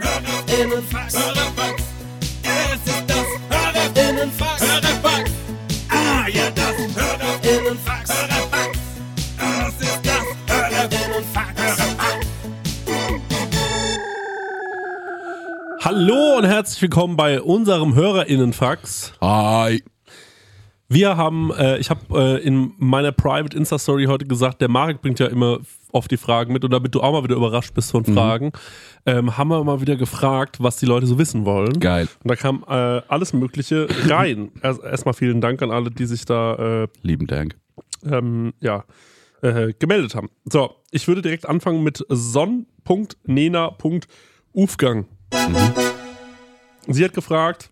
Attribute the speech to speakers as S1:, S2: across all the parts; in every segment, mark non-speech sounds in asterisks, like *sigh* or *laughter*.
S1: Hörerinnenfax. Hörerfax. Es ist das Hörerinnenfax. Hörerfax. Ah, ja, das Hörerinnenfax. Hörerfax. Es ist das Hörerinnenfax. Hörerfax.
S2: Hallo und herzlich willkommen bei unserem HörerInnenfax.
S3: Hi.
S2: Wir haben, äh, ich habe äh, in meiner Private Insta-Story heute gesagt, der Marek bringt ja immer oft die Fragen mit und damit du auch mal wieder überrascht bist
S3: Mhm.
S2: von Fragen, ähm, haben wir mal wieder gefragt, was die Leute so wissen wollen.
S3: Geil.
S2: Und da kam äh, alles Mögliche rein. Erst- Erstmal vielen Dank an alle, die sich da äh,
S3: Lieben Dank.
S2: ähm, ja, äh, gemeldet haben. So, ich würde direkt anfangen mit son.nena.ufgang.
S4: Mhm.
S2: Sie hat gefragt,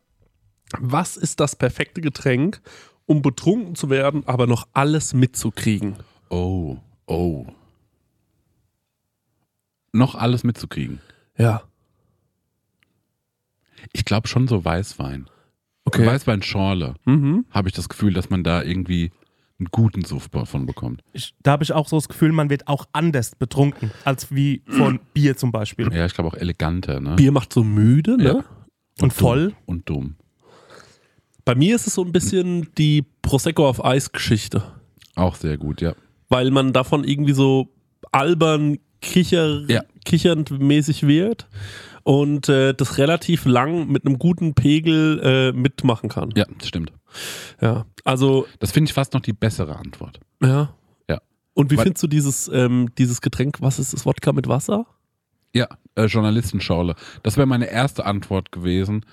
S2: was ist das perfekte Getränk, um betrunken zu werden, aber noch alles mitzukriegen?
S3: Oh, oh. Noch alles mitzukriegen.
S2: Ja.
S3: Ich glaube schon so Weißwein.
S2: Okay.
S3: Weißweinschorle.
S2: Mhm.
S3: Habe ich das Gefühl, dass man da irgendwie einen guten Suff von bekommt.
S4: Ich, da habe ich auch so das Gefühl, man wird auch anders betrunken, als wie von
S2: *clears throat*
S4: Bier zum Beispiel.
S3: Ja, ich glaube auch eleganter, ne?
S2: Bier macht so müde, ne?
S3: Ja.
S4: Und voll.
S3: Und dumm.
S2: Bei mir ist es so ein bisschen die Prosecco auf Eis-Geschichte,
S3: Auch sehr gut, ja.
S2: weil man davon irgendwie so albern, kicher,
S3: Ja.
S2: kichernd mäßig wird und äh, das relativ lang mit einem guten Pegel äh, mitmachen kann.
S3: Ja, das stimmt.
S2: Ja. Also,
S3: Das finde ich fast noch die bessere Antwort.
S2: ja.
S3: Ja.
S2: Und wie
S3: Weil-
S2: findest du dieses, ähm, dieses Getränk? Was ist das? Wodka mit Wasser?
S3: Ja, äh, Journalistenschorle. Das wäre meine erste Antwort gewesen.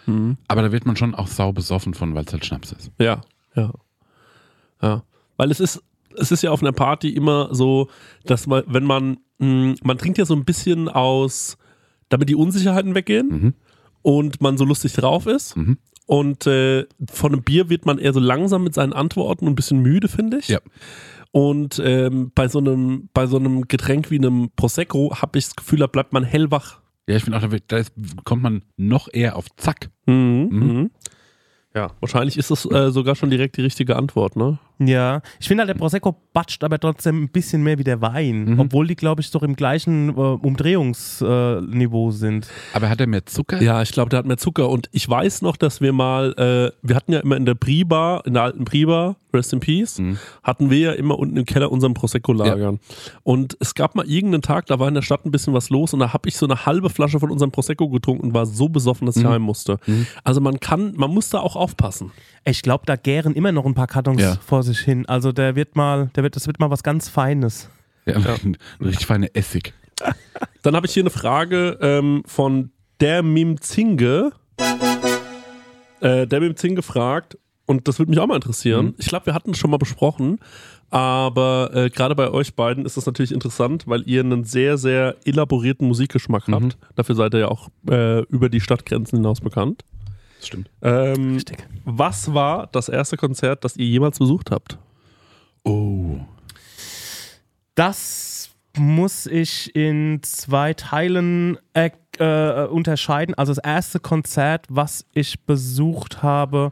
S3: Aber da wird man schon auch sau besoffen von, weil es halt Schnaps ist.
S2: Ja, ja. Ja. Weil es ist, es ist ja auf einer Party immer so, dass man, wenn man, mh, man trinkt ja so ein bisschen aus, damit die Unsicherheiten weggehen
S3: Mhm.
S2: und man so lustig drauf ist.
S3: Mhm.
S2: Und äh, von einem Bier wird man eher so langsam mit seinen Antworten und ein bisschen müde, finde ich.
S3: Ja.
S2: Und ähm, bei, so einem, bei so einem Getränk wie einem Prosecco habe ich das Gefühl, da bleibt man hellwach.
S3: Ja, ich finde auch, da, wird, da ist, kommt man noch eher auf Zack.
S2: Mhm.
S3: Mhm.
S2: Mhm. Ja, wahrscheinlich ist das äh, sogar schon direkt die richtige Antwort, ne?
S4: Ja. Ich finde halt, der Prosecco batscht aber trotzdem ein bisschen mehr wie der Wein. Obwohl die, glaube ich, doch im gleichen äh, Umdrehungsniveau äh, Niveau sind.
S3: Aber hat er mehr Zucker?
S2: Ja, ich glaube, der hat mehr Zucker. Und ich weiß noch, dass wir mal, äh, wir hatten ja immer in der Pri-Bar, in der alten Pri-Bar, Rest in Peace,
S3: Mhm.
S2: hatten wir ja immer unten im Keller unseren Prosecco lagern. Und es gab mal irgendeinen Tag, da war in der Stadt ein bisschen was los und da habe ich so eine halbe Flasche von unserem Prosecco getrunken und war so besoffen, dass ich
S3: Mhm.
S2: heim musste. Also man kann, man muss da auch aufpassen.
S4: Ich glaube, da gären immer noch ein paar Kartons
S3: Ja.
S4: vor sich hin. Also der wird mal, der wird, das wird mal was ganz Feines.
S3: Ja, Ein richtig feiner Essig.
S2: Dann habe ich hier eine Frage ähm, von der Mimzinge. Äh, der Mimzinge fragt, und das würde mich auch mal interessieren. Ich glaube, wir hatten es schon mal besprochen, aber äh, gerade bei euch beiden ist das natürlich interessant, weil ihr einen sehr, sehr elaborierten Musikgeschmack habt. Dafür seid ihr ja auch äh, über die Stadtgrenzen hinaus bekannt.
S3: Das stimmt.
S2: Ähm, was war das erste Konzert, das ihr jemals besucht habt? *laughs*
S3: Oh.
S4: Das muss ich in zwei Teilen äh, äh, unterscheiden. Also das erste Konzert, was ich besucht habe,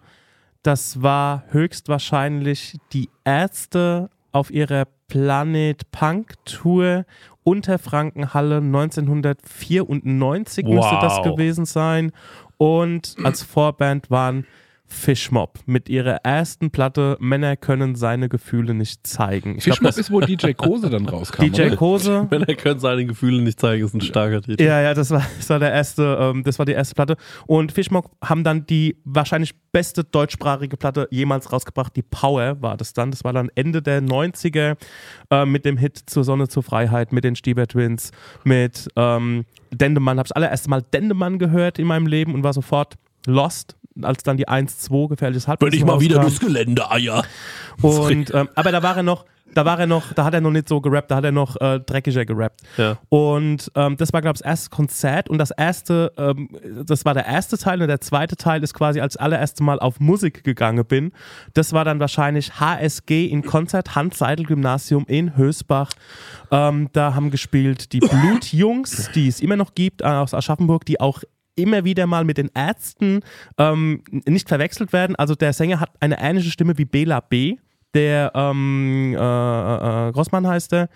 S4: das war höchstwahrscheinlich die erste auf ihrer Planet Punk Tour Unterfrankenhalle 1994 müsste das
S2: Wow.
S4: gewesen sein. Und als Vorband waren Fishmob mit ihrer ersten Platte Männer können seine Gefühle nicht zeigen. Ich glaub,
S3: Fischmob ist, wo DJ Kose *laughs* dann rauskam.
S4: DJ
S3: oder?
S4: Kose.
S2: Wenn er könnte seine Gefühle nicht zeigen, ist ein starker Titel.
S4: *laughs* Ja, ja, das war, das war der erste, ähm, das war die erste Platte. Und Fischmock haben dann die wahrscheinlich beste deutschsprachige Platte jemals rausgebracht. Die Power war das dann. Das war dann Ende der 90er äh, mit dem Hit Zur Sonne, zur Freiheit, mit den Stieber Twins, mit ähm, Dendemann. Habe ich das allererste Mal Dendemann gehört in meinem Leben und war sofort lost, als dann die 1-2 gefährliches Halbwissen rauskam.
S2: Gelände eier.
S4: Und, ähm, aber da war er noch, da war er noch, da hat er noch nicht so gerappt, da hat er noch äh, dreckiger gerappt.
S2: Ja.
S4: Und ähm, das war, glaube ich, das erste Konzert und das erste, ähm, das war der erste Teil und der zweite Teil ist quasi, als ich allererste Mal auf Musik gegangen bin. Das war dann wahrscheinlich HSG in Konzert, Hans-Seidel-Gymnasium in Hösbach. Ähm, da haben gespielt die Blutjungs, die es immer noch gibt, äh, aus Aschaffenburg, die auch immer wieder mal mit den Ärzten ähm, nicht verwechselt werden. Also der Sänger hat eine ähnliche Stimme wie Bela B., der ähm, äh, äh, Grossmann heißt er.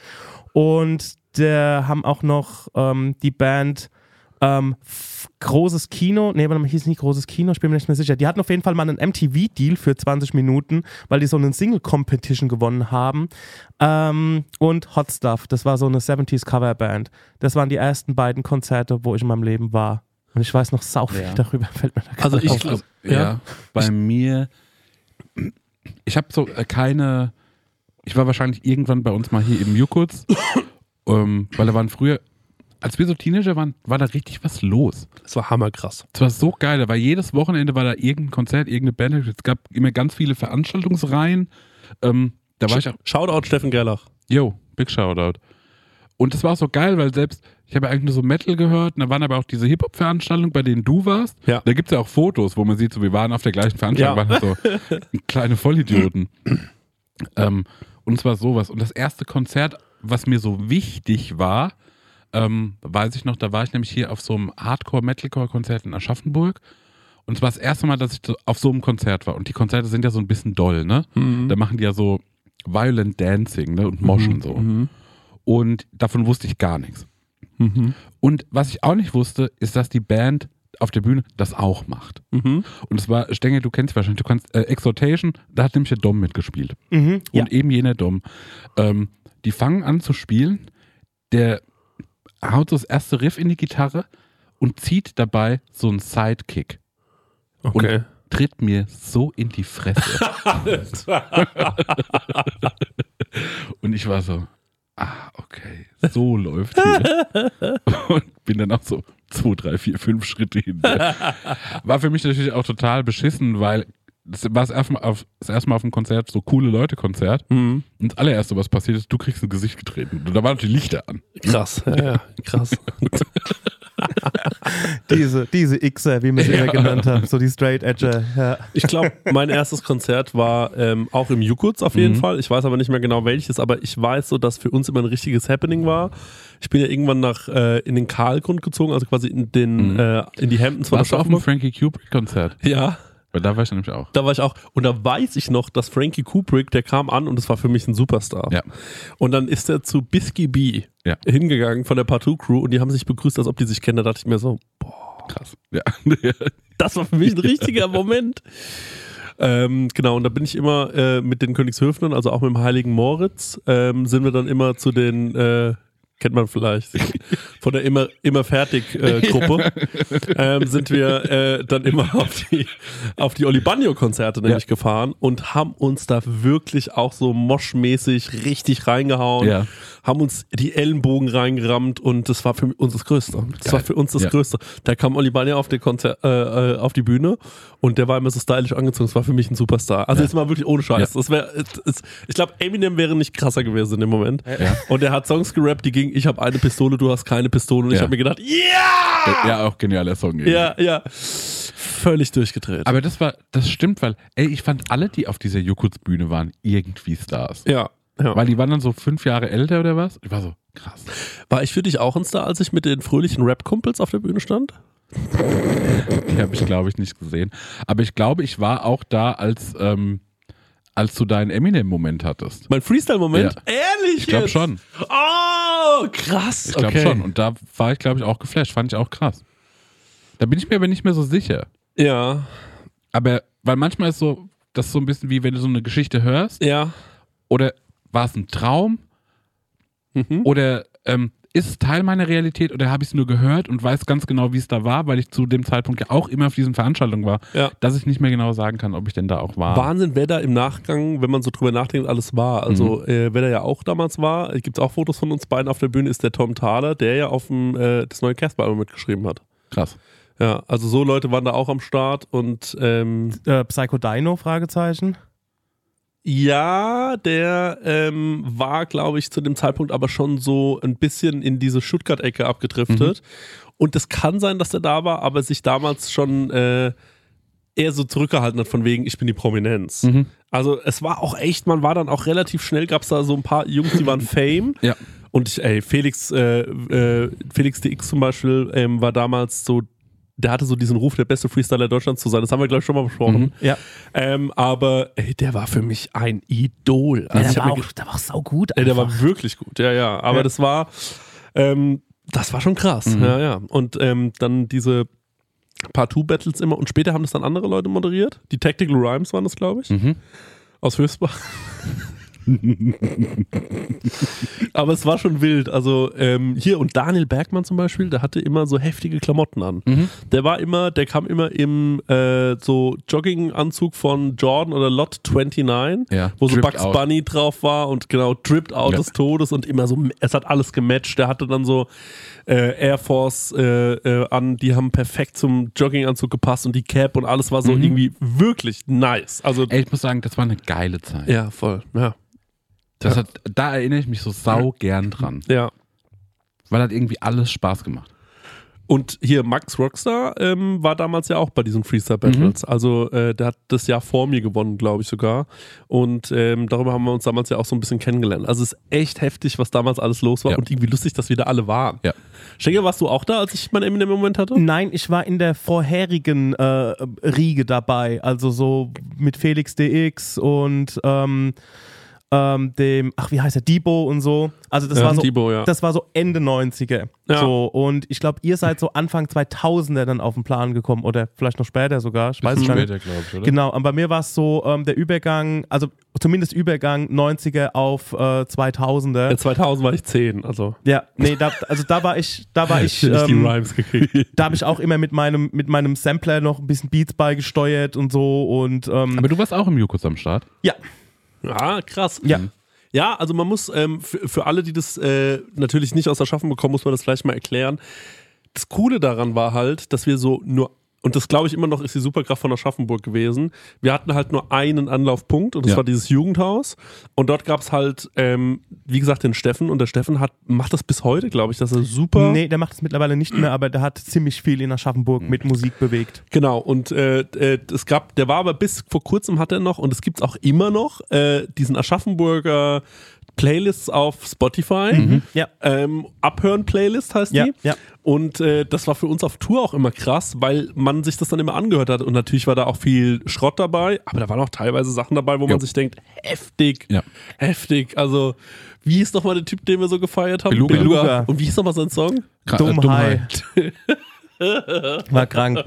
S4: Und der haben auch noch ähm, die Band Ähm, f- großes Kino, nee, aber hieß nicht großes Kino, ich bin mir nicht mehr sicher. Die hatten auf jeden Fall mal einen MTV-Deal für 20 Minuten, weil die so einen Single-Competition gewonnen haben. Ähm, und Hot Stuff, das war so eine 70s-Coverband. Das waren die ersten beiden Konzerte, wo ich in meinem Leben war. Und ich weiß noch sau viel
S3: Ja.
S4: darüber, *laughs* fällt mir da gerade
S2: Also ich
S4: auf.
S2: glaub-
S3: ja.
S2: ja.
S3: bei mir, ich habe so äh, keine, ich war wahrscheinlich irgendwann bei uns mal hier im Jukuts, ähm, weil da waren früher, als wir so Teenager waren, war da richtig was los.
S2: Das war hammerkrass.
S3: Es war so geil, da war jedes Wochenende war da irgendein Konzert, irgendeine Band, es gab immer ganz viele Veranstaltungsreihen. Ähm, da war ich auch,
S2: Shoutout Steffen Gerlach.
S3: yo, big shoutout. Und das war auch so geil, weil selbst, ich habe ja eigentlich nur so Metal gehört, und da waren aber auch diese Hip-Hop-Veranstaltungen, bei denen du warst.
S2: Ja.
S3: Da gibt es ja auch Fotos, wo man sieht, so wir waren auf der gleichen Veranstaltung,
S2: Ja.
S3: waren halt so *laughs* kleine Vollidioten. ähm, und es war sowas. Und das erste Konzert, was mir so wichtig war, ähm, weiß ich noch, da war ich nämlich hier auf so einem Hardcore-Metalcore-Konzert in Aschaffenburg. Und es war das erste Mal, dass ich so auf so einem Konzert war. Und die Konzerte sind ja so ein bisschen doll, ne? Da machen die ja so Violent Dancing ne? und Moschen
S2: Mhm.
S3: so. Und davon wusste ich gar nichts. Und was ich auch nicht wusste, ist, dass die Band auf der Bühne das auch macht. Und es war, Stengel, du kennst wahrscheinlich, du kannst äh, Exhortation, da hat nämlich der Dom mitgespielt.
S4: Mhm, ja.
S3: Und eben jener Dom. Ähm, die fangen an zu spielen, der haut so das erste Riff in die Gitarre und zieht dabei so einen Sidekick und tritt mir so in die Fresse. und ich war so, ah, okay, so läuft hier. und bin dann auch so zwei, drei, vier, fünf Schritte hinter. War für mich natürlich auch total beschissen, weil das war das erste Mal auf, das erste Mal auf dem Konzert, so coole Leute-Konzert.
S2: Mhm.
S3: Und das allererste, was passiert ist, du kriegst ein Gesicht getreten. Und da waren natürlich Lichter an.
S2: Krass, ja, ja, krass.
S4: Diese, diese Xer, wie wir *laughs* sie immer genannt haben, so die Straight Edger. Ja.
S2: *laughs* Ich glaube, mein erstes Konzert war ähm, auch im Jukuts auf jeden Fall. Ich weiß aber nicht mehr genau welches, aber ich weiß so, dass für uns immer ein richtiges Happening war. Ich bin ja irgendwann nach äh, in den Karlgrund gezogen, also quasi in den äh, in die Hamptons von
S3: Warst du auf dem
S2: Aschaffenburg.
S3: Frankie Kubrick-Konzert?
S2: Ja,
S3: Weil da war ich nämlich auch.
S2: da war ich auch. Und da weiß ich noch, dass Frankie Kubrick, der kam an und das war für mich ein Superstar.
S3: Ja.
S2: Und dann ist er zu Bisky B
S3: Ja.
S2: hingegangen von der Partout Crew und die haben sich begrüßt, als ob die sich kennen. Da dachte ich mir so,
S3: Krass. *laughs* Ja.
S2: Das war für mich ein richtiger Moment. Ähm, genau, und da bin ich immer äh, mit den Königshöfnern, also auch mit dem Heiligen Moritz, ähm, sind wir dann immer zu den, äh, kennt man vielleicht, *laughs* von der immer, immer fertig äh, Gruppe, ähm, sind wir äh, dann immer auf die, auf die Olibagno-Konzerte nämlich gefahren und haben uns da wirklich auch so moschmäßig richtig reingehauen,
S3: Ja.
S2: haben uns die Ellenbogen reingerammt und das war für uns das Größte. Das war
S3: Geil.
S2: für uns das
S3: Ja.
S2: Größte. Größte. Da kam Oli Banja auf, den Konzer äh, äh, auf die Bühne und der war immer so stylisch angezogen. Das war für mich ein Superstar. Also jetzt mal wirklich ohne Scheiß. Das wär, es- es- ich glaube, Eminem wäre nicht krasser gewesen in dem Moment. Und er hat Songs gerappt, die gingen, ich habe eine Pistole, du hast keine Pistole. Und ich
S3: Ja.
S2: habe mir gedacht, ja!
S3: ja, auch genialer Song. irgendwie.
S2: Ja, ja. Völlig durchgedreht.
S3: Aber das war, das stimmt, weil, ey, ich fand alle, die auf dieser Jokuts-Bühne waren, irgendwie Stars.
S2: ja. ja.
S3: Weil die waren dann so fünf Jahre älter oder was? Ich war so, krass.
S2: War ich für dich auch ein Star, als ich mit den fröhlichen Rap-Kumpels auf der Bühne stand?
S3: Die habe ich, glaube ich, nicht gesehen. Aber ich glaube, ich war auch da, als, ähm, als du deinen Eminem-Moment hattest.
S2: Mein Freestyle-Moment?
S3: Ja.
S2: Ehrlich?
S3: Ich glaube
S2: jetzt?
S3: schon.
S2: Oh, krass.
S3: Ich glaube
S2: okay.
S3: schon. Und da war ich, glaube ich, auch geflasht. Fand ich auch krass. Da bin ich mir aber nicht mehr so sicher.
S2: Ja,
S3: Aber, weil manchmal ist so, das ist so ein bisschen wie, wenn du so eine Geschichte hörst.
S2: ja.
S3: Oder war es ein Traum?
S2: Mhm.
S3: Oder ähm, ist es Teil meiner Realität oder habe ich es nur gehört und weiß ganz genau, wie es da war, weil ich zu dem Zeitpunkt ja auch immer auf diesen Veranstaltungen war,
S2: Ja.
S3: dass ich nicht mehr genau sagen kann, ob ich denn da auch war.
S2: Wahnsinn, wer da im Nachgang, wenn man so drüber nachdenkt, alles war. Also,
S3: Mhm.
S2: äh, wer da ja auch damals war, gibt es auch Fotos von uns beiden auf der Bühne, ist der Tom Thaler, der ja auf dem, äh, das neue Casper-Album mitgeschrieben hat.
S3: Krass.
S2: Ja, also so Leute waren da auch am Start und ähm,
S4: Äh, Psycho Dino? Fragezeichen.
S2: ja, der ähm, war, glaube ich, zu dem Zeitpunkt aber schon so ein bisschen in diese Stuttgart-Ecke abgedriftet.
S3: Mhm.
S2: Und es kann sein, dass er da war, aber sich damals schon äh, eher so zurückgehalten hat, von wegen, ich bin die Prominenz. Also es war auch echt, man war dann auch relativ schnell, gab es da so ein paar Jungs, die waren Fame.
S3: Ja.
S2: Und ich, ey, Felix, äh, äh, Felix DX zum Beispiel ähm, war damals so, der hatte so diesen Ruf, der beste Freestyler Deutschlands zu sein. Das haben wir, glaube ich, schon mal besprochen.
S4: Ja.
S2: Ähm, aber ey, der war für mich ein Idol. Also ich hab mir ge-
S4: der war auch saugut.
S2: ey, der war wirklich gut, ja, ja. Aber das war, ähm, Das war schon krass.
S3: Mhm.
S2: Ja, ja. Und ähm, dann diese Part-2-Battles immer. Und später haben das dann andere Leute moderiert. Die Tactical Rhymes waren das, glaube ich.
S3: Mhm.
S2: Aus Höchstbach.
S3: *laughs*
S2: Aber es war schon wild. Also ähm, hier und Daniel Bergmann zum Beispiel, der hatte immer so heftige Klamotten an.
S3: Mhm.
S2: Der war immer, der kam immer im äh, so Jogginganzug von Jordan oder Lot 29,
S3: Ja,
S2: wo so
S3: dripped
S2: Bugs
S3: out.
S2: Bunny drauf war und genau dripped out
S3: Ja.
S2: des Todes und immer so, es hat alles gematcht. Der hatte dann so äh, Air Force äh, äh, an, die haben perfekt zum Jogginganzug gepasst und die Cap und alles war so irgendwie wirklich nice. Also
S3: Mhm. Ey, ich muss sagen, das war eine geile Zeit.
S2: ja, voll. Ja.
S3: Das hat, da erinnere ich mich so sau gern dran.
S2: Ja.
S3: Weil hat irgendwie alles Spaß gemacht.
S2: Und hier Max Rockstar ähm, war damals ja auch bei diesen Freestyle
S3: Mhm.
S2: Battles. Also äh, der hat das Jahr vor mir gewonnen, glaube ich sogar. Und ähm, darüber haben wir uns damals ja auch so ein bisschen kennengelernt. Also es ist echt heftig, was damals alles los war
S3: Ja.
S2: und irgendwie lustig, dass wir da alle waren.
S3: Ja.
S2: Schenke, warst du auch da, als ich meinen Eminem-Moment hatte?
S4: Nein, ich war in der vorherigen äh, Riege dabei, also so mit Felix DX und ähm, ähm, dem, ach wie heißt er, Debo und so. Also das
S2: Ja,
S4: war so,
S2: Debo, ja.
S4: das war so Ende 90er.
S2: Ja.
S4: So und ich glaube, ihr seid so Anfang 2000er dann auf den Plan gekommen oder vielleicht noch später sogar, ich weiß es gar nicht.
S3: glaube ich, oder?
S4: Hm. Genau, und bei mir war es so ähm, der Übergang, also zumindest Übergang 90er auf äh, 2000er.
S2: Ja, 2000 war ich 10, also
S4: Ja, nee, da, also da war ich,
S2: *laughs*
S4: da war ich,
S2: hab
S4: ähm,
S2: Rhymes gekriegt.
S4: da habe ich auch immer mit meinem, mit meinem Sampler noch ein bisschen Beats beigesteuert und so und ähm,
S3: Aber du warst auch im Jukos am Start.
S4: ja,
S2: *laughs* ah, krass.
S4: ja.
S2: Ja, also man muss ähm, für, für alle, die das äh, natürlich nicht aus der Schaffen bekommen, muss man das vielleicht mal erklären. Das Coole daran war halt, dass wir so nur, und das glaube ich immer noch, ist die Superkraft von Aschaffenburg gewesen. Wir hatten halt nur einen Anlaufpunkt und das
S3: Ja.
S2: war dieses Jugendhaus. Und dort gab es halt, ähm, wie gesagt, den Steffen. Und der Steffen hat, macht das bis heute, glaube ich, dass er super.
S4: Nee, der macht es mittlerweile nicht mehr, aber der hat ziemlich viel in Aschaffenburg mit Musik bewegt.
S2: Genau, und äh, äh, es gab, der war aber bis vor kurzem hat er noch, und es gibt's auch immer noch, äh, diesen Aschaffenburger Playlists auf Spotify.
S3: Mhm.
S4: Ja.
S2: Ähm, Abhören-Playlist heißt
S4: Ja,
S2: die.
S4: ja.
S2: Und äh, das war für uns auf Tour auch immer krass, weil man sich das dann immer angehört hat. Und natürlich war da auch viel Schrott dabei, aber da waren auch teilweise Sachen dabei, wo man sich denkt, heftig,
S3: Ja.
S2: heftig. Also, wie ist nochmal der Typ, den wir so gefeiert haben?
S3: Beluga.
S4: Beluga.
S2: Und wie ist nochmal sein Song?
S3: Kra-
S4: Dumm
S3: äh,
S4: High. War krank.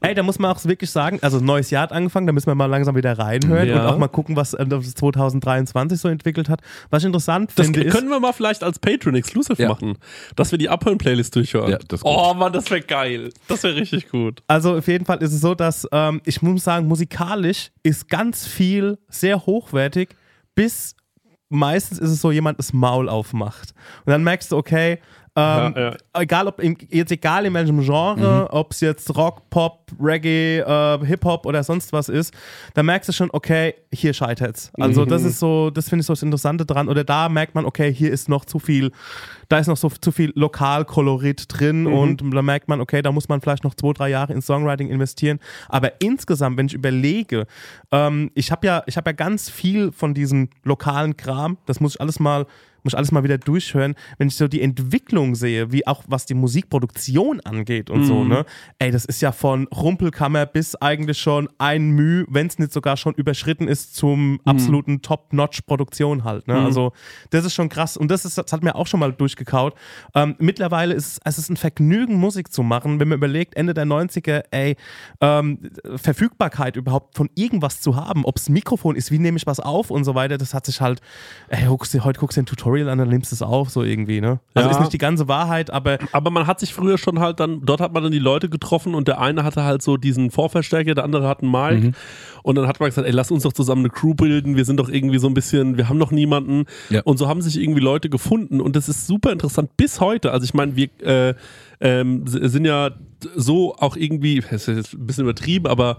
S4: Ey, da muss man auch wirklich sagen, also neues Jahr hat angefangen, da müssen wir mal langsam wieder reinhören
S2: Ja.
S4: und auch mal gucken, was äh, das 2023 so entwickelt hat. Was ich interessant
S2: Das
S4: finde, ist,
S2: können wir mal vielleicht als Patreon Exclusive
S3: Ja.
S2: machen, dass wir die Abhören-Playlist durchhören.
S3: Ja, das ist gut.
S2: oh Mann, das wäre geil. Das wäre richtig gut.
S4: Also auf jeden Fall ist es so, dass ähm, ich muss sagen, musikalisch ist ganz viel sehr hochwertig, bis meistens ist es so, jemand das Maul aufmacht. Und dann merkst du, okay, ähm,
S2: Ja,
S4: egal ob im, jetzt egal in welchem Genre, ob es jetzt Rock, Pop, Reggae, äh, Hip-Hop oder sonst was ist, da merkst du schon, okay, hier scheitert's. Also das ist so, das finde ich so das Interessante dran. Oder da merkt man, okay, hier ist noch zu viel, da ist noch so zu viel Lokalkolorit drin und da merkt man, okay, da muss man vielleicht noch zwei, drei Jahre ins Songwriting investieren. Aber insgesamt, wenn ich überlege, ähm, ich habe ja, ich habe ja ganz viel von diesem lokalen Kram, das muss ich alles mal muss ich alles mal wieder durchhören, wenn ich so die Entwicklung sehe, wie auch was die Musikproduktion angeht und so, ne? Ey, das ist ja von Rumpelkammer bis eigentlich schon ein Müh, wenn es nicht sogar schon überschritten ist, zum absoluten Top-Notch-Produktion halt, ne? Also, das ist schon krass und das, ist, das hat mir auch schon mal durchgekaut. Ähm, mittlerweile ist es- es ist ein Vergnügen, Musik zu machen, wenn man überlegt, Ende der 90er, ey, ähm, Verfügbarkeit überhaupt von irgendwas zu haben, ob es Mikrofon ist, wie nehme ich was auf und so weiter, das hat sich halt, ey, guckst, du- heute guckst du ein Tutorial an, dann nimmst du es auf, so irgendwie, ne? Also
S2: Ja.
S4: ist nicht die ganze Wahrheit, aber
S2: Aber man hat sich früher schon halt dann, dort hat man dann die Leute getroffen und der eine hatte halt so diesen Vorverstärker, der andere hat einen
S3: Mhm.
S2: Mic. Und dann hat man gesagt, ey, lass uns doch zusammen eine Crew bilden, wir sind doch irgendwie so ein bisschen, wir haben noch niemanden.
S3: Ja.
S2: Und so haben sich irgendwie Leute gefunden und das ist super interessant bis heute. Also ich meine, wir äh, ähm, s- sind ja so auch irgendwie, es ist jetzt ein bisschen übertrieben, aber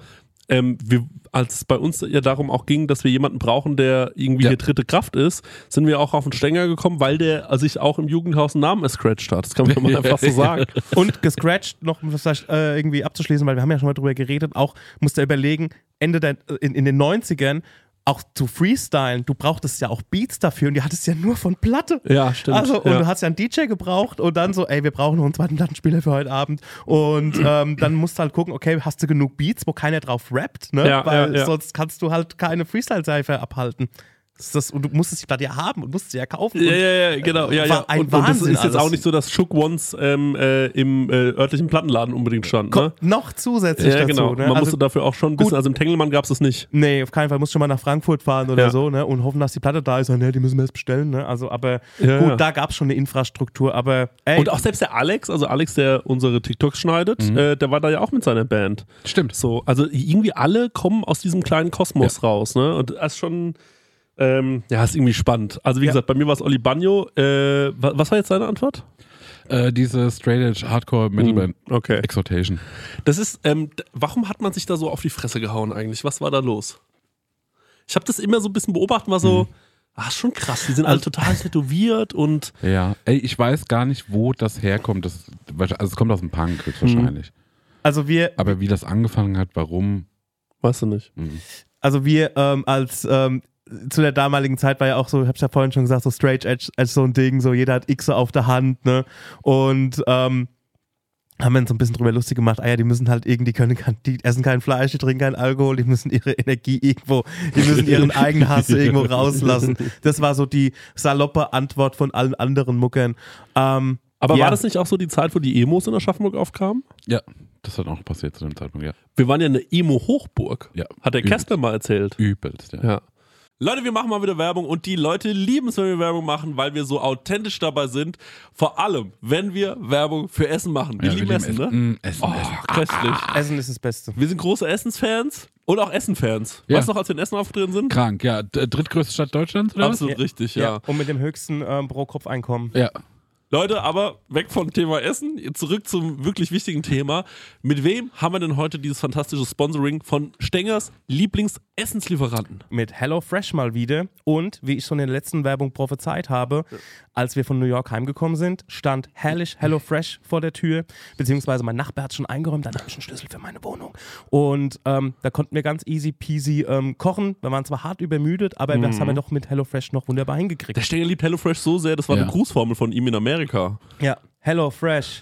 S2: ähm, wir, als es bei uns ja darum auch ging, dass wir jemanden brauchen, der irgendwie
S3: Ja.
S2: hier dritte Kraft ist, sind wir auch auf den Stänger gekommen, weil der sich auch im Jugendhaus einen Namen escratcht hat. Das kann *laughs* man mal einfach so sagen.
S4: und gescratcht, noch um das vielleicht äh, irgendwie abzuschließen, weil wir haben ja schon mal drüber geredet, auch musst du überlegen, Ende der, in, in den 90ern, auch zu freestylen, du brauchtest ja auch Beats dafür und die hattest ja nur von Platte.
S2: Ja, stimmt.
S4: Also, und
S2: Ja.
S4: du hast ja einen DJ gebraucht und dann so, ey, wir brauchen noch einen zweiten Plattenspieler für heute Abend. Und ähm, dann musst du halt gucken, okay, hast du genug Beats, wo keiner drauf rappt, ne?
S2: Ja,
S4: Weil
S2: ja, ja.
S4: sonst kannst du halt keine Freestyle-Seife abhalten. Das ist das, und du musstest die Platte ja haben und musstest sie ja kaufen.
S2: Ja,
S4: und
S2: ja, ja, genau. Ja,
S4: war
S2: ja.
S4: ein
S2: Und, und das ist
S4: Wahnsinn
S2: jetzt
S4: alles.
S2: auch nicht so, dass Shook Ones ähm, äh, im äh, örtlichen Plattenladen unbedingt stand. Ne?
S4: Kommt noch zusätzlich
S2: Ja,
S4: dazu.
S2: genau.
S4: Ne?
S2: Man
S4: Also-
S2: musste dafür auch schon ein bisschen, also im Tengelmann gab es das nicht.
S4: Nee, auf keinen Fall. Muss schon mal nach Frankfurt fahren oder
S2: Ja.
S4: so, ne? Und hoffen, dass die Platte da ist. Und, ne, die müssen wir jetzt bestellen, ne? Also, aber
S2: Ja,
S4: gut,
S2: ja.
S4: da gab es schon eine Infrastruktur, aber ey,
S2: Und auch selbst der Alex, also Alex, der unsere TikToks schneidet, äh, der war da ja auch mit seiner Band.
S3: Stimmt.
S2: So, also irgendwie alle kommen aus diesem kleinen Kosmos raus, ne? Und das ist schon, ähm, ja, ist irgendwie spannend. Also wie
S4: Ja.
S2: gesagt, bei mir war es Oli Bagno. Äh, wa- was war jetzt seine Antwort?
S3: Äh, diese Straight Edge Hardcore
S2: Hm.
S3: Metalband.
S2: Okay.
S3: Exhortation.
S2: Das ist, ähm, d- warum hat man sich da so auf die Fresse gehauen eigentlich? Was war da los? Ich habe das immer so ein bisschen beobachtet, war so, ah, schon krass, die sind alle total tätowiert und
S3: Ja. Ey, ich weiß gar nicht, wo das herkommt. Das, also es kommt aus dem Punk höchstwahrscheinlich.
S4: also wir,
S3: Aber wie das angefangen hat, warum?
S2: weißt du nicht.
S3: Mhm.
S4: also wir ähm, als ähm, zu der damaligen Zeit war ja auch so, ich hab's ja vorhin schon gesagt, so Straight Edge als so ein Ding, so jeder hat Xe auf der Hand, ne? Und ähm, haben wir uns so ein bisschen drüber lustig gemacht, ah ja, die müssen halt irgendwie, die können kein, die essen kein Fleisch, die trinken keinen Alkohol, die müssen ihre Energie irgendwo, die müssen *laughs* ihren eigenen Hass irgendwo rauslassen. Das war so die saloppe Antwort von allen anderen Muckern. Ähm,
S2: Aber
S4: ja.
S2: war das nicht auch so die Zeit, wo die Emos in Aschaffenburg aufkamen?
S3: Ja, das hat auch passiert zu dem Zeitpunkt, ja.
S2: Wir waren ja eine Emo-Hochburg.
S3: Ja.
S2: Hat der
S3: Übelst.
S2: Casper mal erzählt.
S3: Übelst, ja.
S2: Ja. Leute, wir machen mal wieder Werbung und die Leute lieben es, wenn wir Werbung machen, weil wir so authentisch dabei sind. Vor allem, wenn wir Werbung für Essen machen. Wir
S3: Ja,
S2: lieben
S3: wir
S2: Essen, ah, ne?
S3: Mm, Essen, Essen.
S2: Köstlich.
S4: Essen ist das Beste.
S2: Wir sind große Essensfans und auch Essen-Fans.
S3: Ja.
S2: Weißt du noch, als wir in Essen aufgetreten sind?
S3: Krank, ja. D- Drittgrößte Stadt Deutschlands, oder? was?
S2: Absolut richtig, ne? ja.
S4: Und mit dem höchsten ähm, Pro-Kopf-Einkommen.
S3: Ja.
S2: Leute, aber weg vom Thema Essen, jetzt zurück zum wirklich wichtigen Thema. Mit wem haben wir denn heute dieses fantastische Sponsoring von Stengers Lieblingsessenslieferanten?
S4: mit Hello Fresh mal wieder. Und wie ich schon in der letzten Werbung prophezeit habe, als wir von New York heimgekommen sind, stand herrlich Hello Fresh vor der Tür. Beziehungsweise mein Nachbar hat schon eingeräumt, dann habe ich einen Schlüssel für meine Wohnung. Und ähm, da konnten wir ganz easy peasy ähm, kochen. Wir waren zwar hart übermüdet, aber das haben wir doch mit Hello Fresh noch wunderbar
S2: Der
S4: hingekriegt.
S2: Stenger liebt HelloFresh so sehr, das war eine
S3: Ja.
S2: Grußformel von ihm in Amerika.
S4: Ja, Hello Fresh.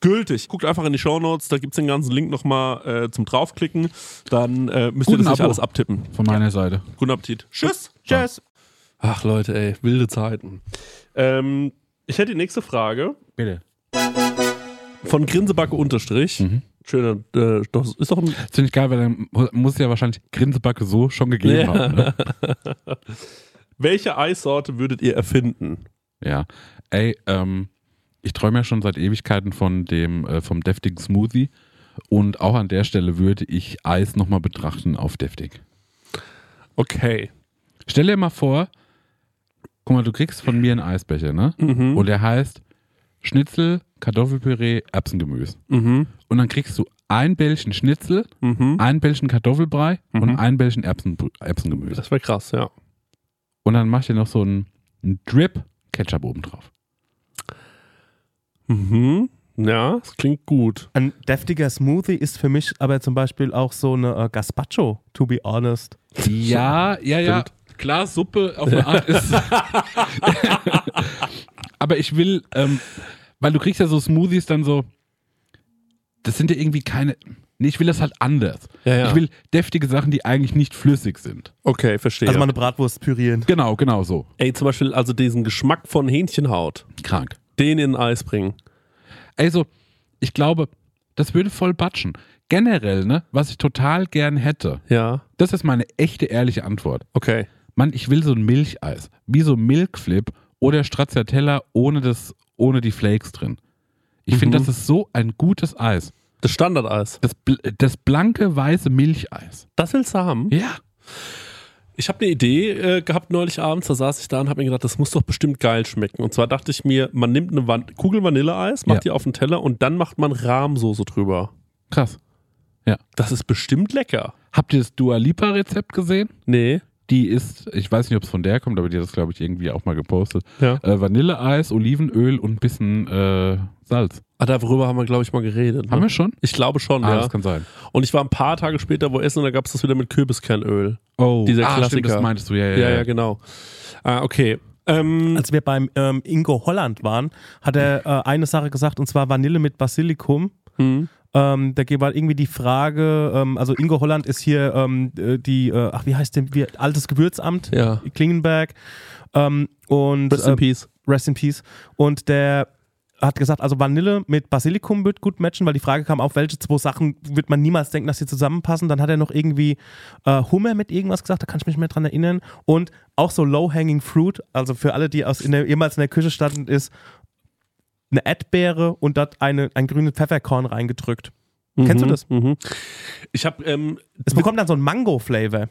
S2: gültig. Guckt einfach in die Shownotes, da gibt's den ganzen Link nochmal äh, zum draufklicken. Dann äh, müsst ihr
S3: Guten
S2: das nicht
S3: Abo.
S2: alles abtippen.
S3: Von
S4: *laughs*
S3: meiner Seite.
S2: Guten Appetit. Tschüss.
S4: Tschüss.
S2: Ach Leute, ey, wilde Zeiten. Ähm, ich hätte die nächste Frage
S3: Bitte.
S2: von Grinsebacke unterstrich. Schöner, äh, das ist doch ein
S3: Das finde ich geil, weil dann mu- muss es ja wahrscheinlich Grinsebacke so schon gegeben
S2: Ja.
S3: haben. Ne?
S2: Welche Eissorte würdet ihr erfinden?
S3: Ja. Ey, ähm, ich träume ja schon seit Ewigkeiten von dem, äh, vom deftigen Smoothie. Und auch an der Stelle würde ich Eis nochmal betrachten auf deftig.
S2: Okay.
S3: Stell dir mal vor, guck mal, du kriegst von mir einen Eisbecher, ne?
S2: Hm? Mhm.
S3: Und der heißt Schnitzel, Kartoffelpüree, Erbsengemüse.
S2: Mhm.
S3: Und dann kriegst du ein Bällchen Schnitzel,
S2: Mhm.
S3: ein Bällchen Kartoffelbrei und ein Bällchen Erbsen, Erbsengemüse.
S2: Das wäre krass, ja.
S3: Und dann mach dir noch so einen, einen Drip Ketchup oben drauf.
S2: Mhm. Ja, das klingt gut.
S4: Ein deftiger Smoothie ist für mich aber zum Beispiel auch so eine äh, Gazpacho, to be honest.
S3: Ja, ja, ja. Klar, Suppe auf eine Art ist. Aber ich will, ähm, weil du kriegst ja so Smoothies dann so. Das sind ja irgendwie keine. Nee, ich will das halt anders.
S2: Ja, ja.
S3: Ich will deftige Sachen, die eigentlich nicht flüssig sind.
S2: Okay, verstehe.
S4: Also mal eine Bratwurst pürieren.
S3: Genau, genau so.
S2: Ey, zum Beispiel also diesen Geschmack von Hähnchenhaut,
S3: Krank.
S2: den in Eis bringen.
S3: Also, ich glaube, das würde voll batschen. Generell, ne, was ich total gern hätte,
S2: Ja.
S3: das ist meine echte, ehrliche Antwort.
S2: Okay.
S3: Mann, ich will so ein Milcheis. Wie so Milkflip oder Stracciatella ohne, das, ohne die Flakes drin. Ich finde, das ist so ein gutes Eis.
S2: Das Standardeis.
S3: Das, bl das blanke, weiße Milcheis.
S2: Das willst du haben?
S3: Ja.
S2: Ich habe eine Idee äh, gehabt neulich abends, da saß ich da und habe mir gedacht, das muss doch bestimmt geil schmecken. Und zwar dachte ich mir, man nimmt eine Van Kugel Vanilleeis, macht
S3: Ja.
S2: die auf den Teller und dann macht man Rahmsoße drüber.
S3: Krass.
S2: Das ist bestimmt lecker.
S3: Habt ihr das Dua Lipa-Rezept gesehen?
S2: Nee.
S3: Die ist, ich weiß nicht, ob es von der kommt, aber die hat das, glaube ich, irgendwie auch mal gepostet.
S2: Ja.
S3: Äh, Vanilleeis, Olivenöl und ein bisschen äh, Salz.
S2: Ah, darüber haben wir, glaube ich, mal geredet. ne?
S3: Haben wir schon?
S2: Ich glaube schon,
S3: Ah,
S2: ja.
S3: das kann sein.
S2: Und ich war ein paar Tage später wo essen und da gab es das wieder mit Kürbiskernöl.
S3: Oh,
S2: Dieser
S3: ah, Stimmt,
S2: Klassiker.
S3: das meintest du, ja, ja.
S2: Ja,
S3: ja, Also,
S2: ja, genau. Ah, okay. Ähm,
S4: Als wir beim ähm, Ingo Holland waren, hat er äh, eine Sache gesagt, und zwar Vanille mit Basilikum.
S2: hm,
S4: Ähm, da war irgendwie die Frage, ähm, also Ingo Holland ist hier ähm, äh, die, äh, ach wie heißt denn, wie, altes Gewürzamt,
S2: ja.
S4: Klingenberg. Ähm, und
S2: Rest in
S4: äh,
S2: Peace.
S4: Rest in Peace. Und der hat gesagt, also Vanille mit Basilikum wird gut matchen, weil die Frage kam auf, welche zwei Sachen wird man niemals denken, dass sie zusammenpassen. Dann hat er noch irgendwie äh, Hummer mit irgendwas gesagt, da kann ich mich nicht mehr dran erinnern. Und auch so Low-Hanging Fruit, also für alle, die aus in der, jemals in der Küche standen, ist eine Erdbeere und dort eine, ein grünes Pfefferkorn reingedrückt. Kennst du das?
S2: Mhm. Ich habe ähm,
S4: Es bekommt dann so einen Mango-Flavor.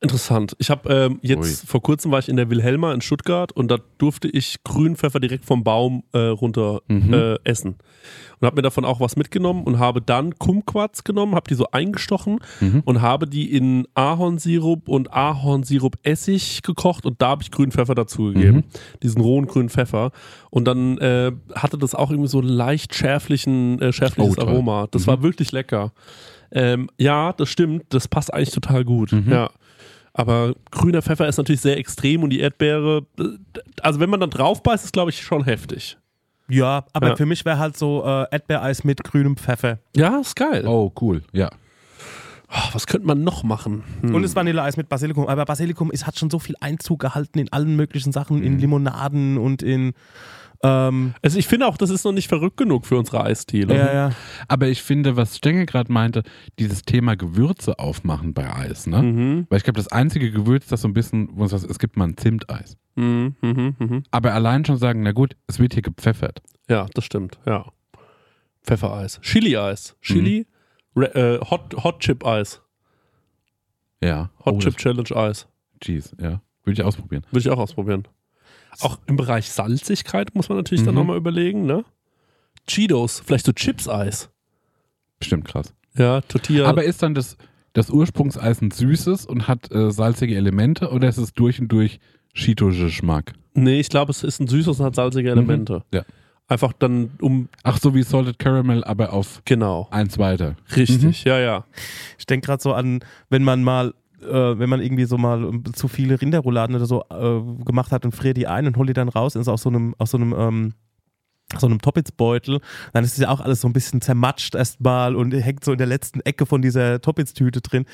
S2: Interessant. Ich habe ähm, jetzt
S3: Ui.
S2: vor kurzem war ich in der Wilhelma in Stuttgart und da durfte ich Grünpfeffer direkt vom Baum äh, runter
S3: Mhm.
S2: äh, essen und habe mir davon auch was mitgenommen und habe dann Kumquats genommen, habe die so eingestochen
S3: Mhm.
S2: und habe die in Ahornsirup und Ahornsirup-Essig gekocht und da habe ich Grünpfeffer dazugegeben, diesen rohen grünen Pfeffer und dann äh, hatte das auch irgendwie so einen leicht schärflichen äh, schärfliches
S3: Oh, toll.
S2: Aroma. Das war wirklich lecker. Ähm, ja, das stimmt. Das passt eigentlich total gut. Ja. Aber grüner Pfeffer ist natürlich sehr extrem und die Erdbeere, äh, also wenn man dann drauf beißt, ist glaube ich schon heftig.
S4: Ja, aber
S2: Ja.
S4: für mich wäre halt so äh, Erdbeereis mit grünem Pfeffer.
S2: Ja, ist geil.
S3: Oh, cool. Ja.
S2: Ah, was könnte man noch machen? Hm.
S4: Und das Vanilleeis mit Basilikum. Aber Basilikum ist, hat schon so viel Einzug gehalten in allen möglichen Sachen, in Limonaden und in. Ähm,
S2: Also ich finde auch, das ist noch nicht verrückt genug für unsere Eisdiele.
S4: ja, ja.
S3: Aber ich finde, was Stenge gerade meinte, dieses Thema Gewürze aufmachen bei Eis, ne?
S2: Hm. Mhm.
S3: Weil ich glaube, das einzige Gewürz, das so ein bisschen, wo es was, es gibt mal ein Zimteis.
S2: Mhm, mhm, mhm.
S3: Aber allein schon sagen, na gut, es wird hier gepfeffert.
S2: Ja, das stimmt. Ja. Pfeffereis. Chili-Eis. Chili, Re äh, Hot, Hot Chip-Eis.
S3: Ja.
S2: Hot
S3: oh,
S2: Chip Challenge-Eis.
S3: das- Cheese, ja. Würde ich ausprobieren.
S2: Würde ich auch ausprobieren. Auch im Bereich Salzigkeit muss man natürlich dann
S3: Mhm.
S2: nochmal überlegen, ne? Cheetos, vielleicht so Chips-Eis.
S3: Bestimmt krass.
S2: Ja, Tortilla.
S3: Aber ist dann das, das Ursprungseis ein süßes und hat äh, salzige Elemente oder ist es durch und durch Cheeto-Geschmack?
S2: nee, ich glaube, es ist ein süßes und hat salzige Elemente.
S3: Ja.
S2: Einfach dann um,
S3: Ach, so wie Salted Caramel, aber auf
S2: genau.
S3: eins weiter.
S2: Richtig, ja, ja.
S4: Ich denke gerade so an, wenn man mal. Äh, wenn man irgendwie so mal ähm, zu viele Rinderrouladen oder so äh, gemacht hat und friert die ein und holt die dann raus, ist aus so einem, aus so einem ähm, so einem Toppitsbeutel, dann ist es ja auch alles so ein bisschen zermatscht erstmal und hängt so in der letzten Ecke von dieser Toppitstüte drin.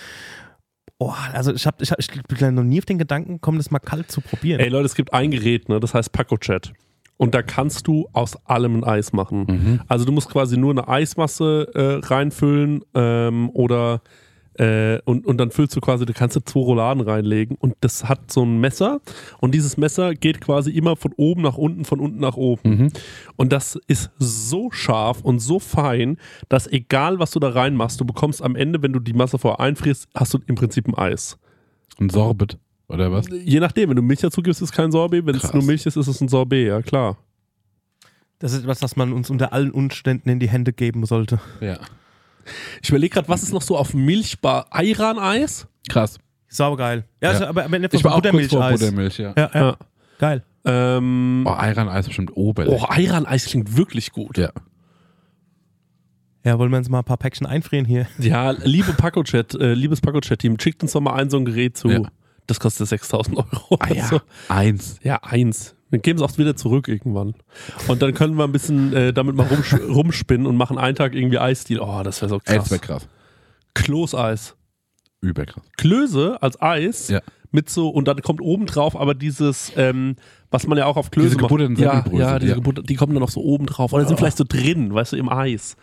S4: Oh, also ich habe ich hab, ich bin noch nie auf den Gedanken gekommen, das mal kalt zu probieren.
S2: Ey Leute, es gibt ein Gerät, ne? das heißt Paco-Chat. Und da kannst du aus allem ein Eis machen. Also du musst quasi nur eine Eismasse äh, reinfüllen ähm, oder äh, und, und dann füllst du quasi, da kannst du zwei Rouladen reinlegen und das hat so ein Messer und dieses Messer geht quasi immer von oben nach unten, von unten nach oben. Und das ist so scharf und so fein, dass egal was du da reinmachst, du bekommst am Ende, wenn du die Masse vorher einfrierst, hast du im Prinzip ein Eis.
S3: Ein Sorbet, oder was?
S2: Je nachdem, wenn du Milch dazu gibst, ist es kein Sorbet. Wenn es
S3: Krass.
S2: nur Milch ist, ist es ein Sorbet, ja klar.
S4: Das ist etwas, was man uns unter allen Umständen in die Hände geben sollte.
S3: Ja.
S2: Ich überlege gerade, was ist noch so auf Milchbar? Eiran-Eis?
S3: Krass.
S4: Saugeil.
S3: Ja.
S4: Ja, Also, aber am Ende
S3: Ich
S4: von
S3: war auch kurz vor
S4: Buttermilch-Eis.
S3: Buttermilch, ja.
S4: Ja, ja,
S2: Ja.
S4: geil.
S2: Ähm,
S3: Oh, Ayran-Eis bestimmt oben.
S2: oh, Eiran-Eis klingt wirklich gut.
S3: Ja.
S4: Ja, wollen wir uns mal ein paar Päckchen einfrieren hier?
S2: Ja, liebe Paco-Chat, äh, liebes Paco-Chat-Team, schickt uns doch mal ein so ein Gerät zu.
S3: Ja.
S2: Das kostet 6000 Euro.
S3: Ah, ja.
S2: Also,
S3: Eins.
S2: ja, eins. Wir geben es auch wieder zurück irgendwann. Und dann können wir ein bisschen äh, damit mal rumsch *laughs* rumspinnen und machen einen Tag irgendwie Eisdeal. Oh, das wäre so
S3: Ey, das
S2: krass.
S3: wäre krass.
S2: Kloßeis.
S3: Überkrass.
S2: Klöße als Eis
S3: Ja.
S2: mit so, und dann kommt oben drauf aber dieses, ähm, was man ja auch auf Klöße
S3: Diese gebutterten
S2: macht. Ja,
S3: Semmelbrösel,
S2: ja, diese
S3: ja.
S2: Gebutter, die kommen dann noch so oben drauf. Oder sind vielleicht so drin, weißt du, im Eis.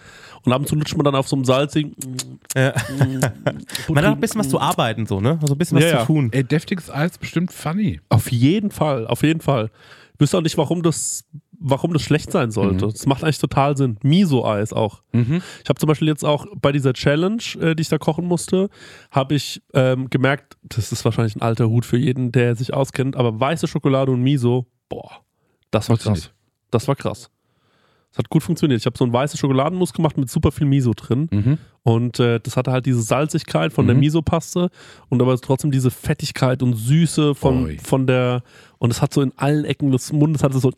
S2: Und ab und zu lutscht man dann auf so einem salzigen. mm,
S4: Ja.
S3: *laughs*
S4: Man hat auch ein
S2: Buttrigen-
S4: bisschen was zu arbeiten, so, ne? Also ein bisschen was
S2: Ja,
S4: zu
S2: ja.
S4: tun.
S3: Ey, deftiges Eis bestimmt funny.
S2: Auf jeden Fall, auf jeden Fall. Ich wüsste auch nicht, warum das, warum das schlecht sein sollte.
S3: Mhm.
S2: Das macht eigentlich total Sinn. Miso-Eis auch. Ich habe zum Beispiel jetzt auch bei dieser Challenge, äh, die ich da kochen musste, habe ich ähm, gemerkt, das ist wahrscheinlich ein alter Hut für jeden, der sich auskennt, aber weiße Schokolade und Miso, boah, das war
S3: Wusste ich
S2: krass. Das war krass. Das hat gut funktioniert. Ich habe so einen weißen Schokoladenmus gemacht mit super viel Miso drin.
S3: Mhm.
S2: Und äh, das hatte halt diese Salzigkeit von der
S3: Mhm.
S2: Miso-Paste und aber trotzdem diese Fettigkeit und Süße von,
S3: Oi.
S2: von der. Und es hat so in allen Ecken des Mundes hatte so.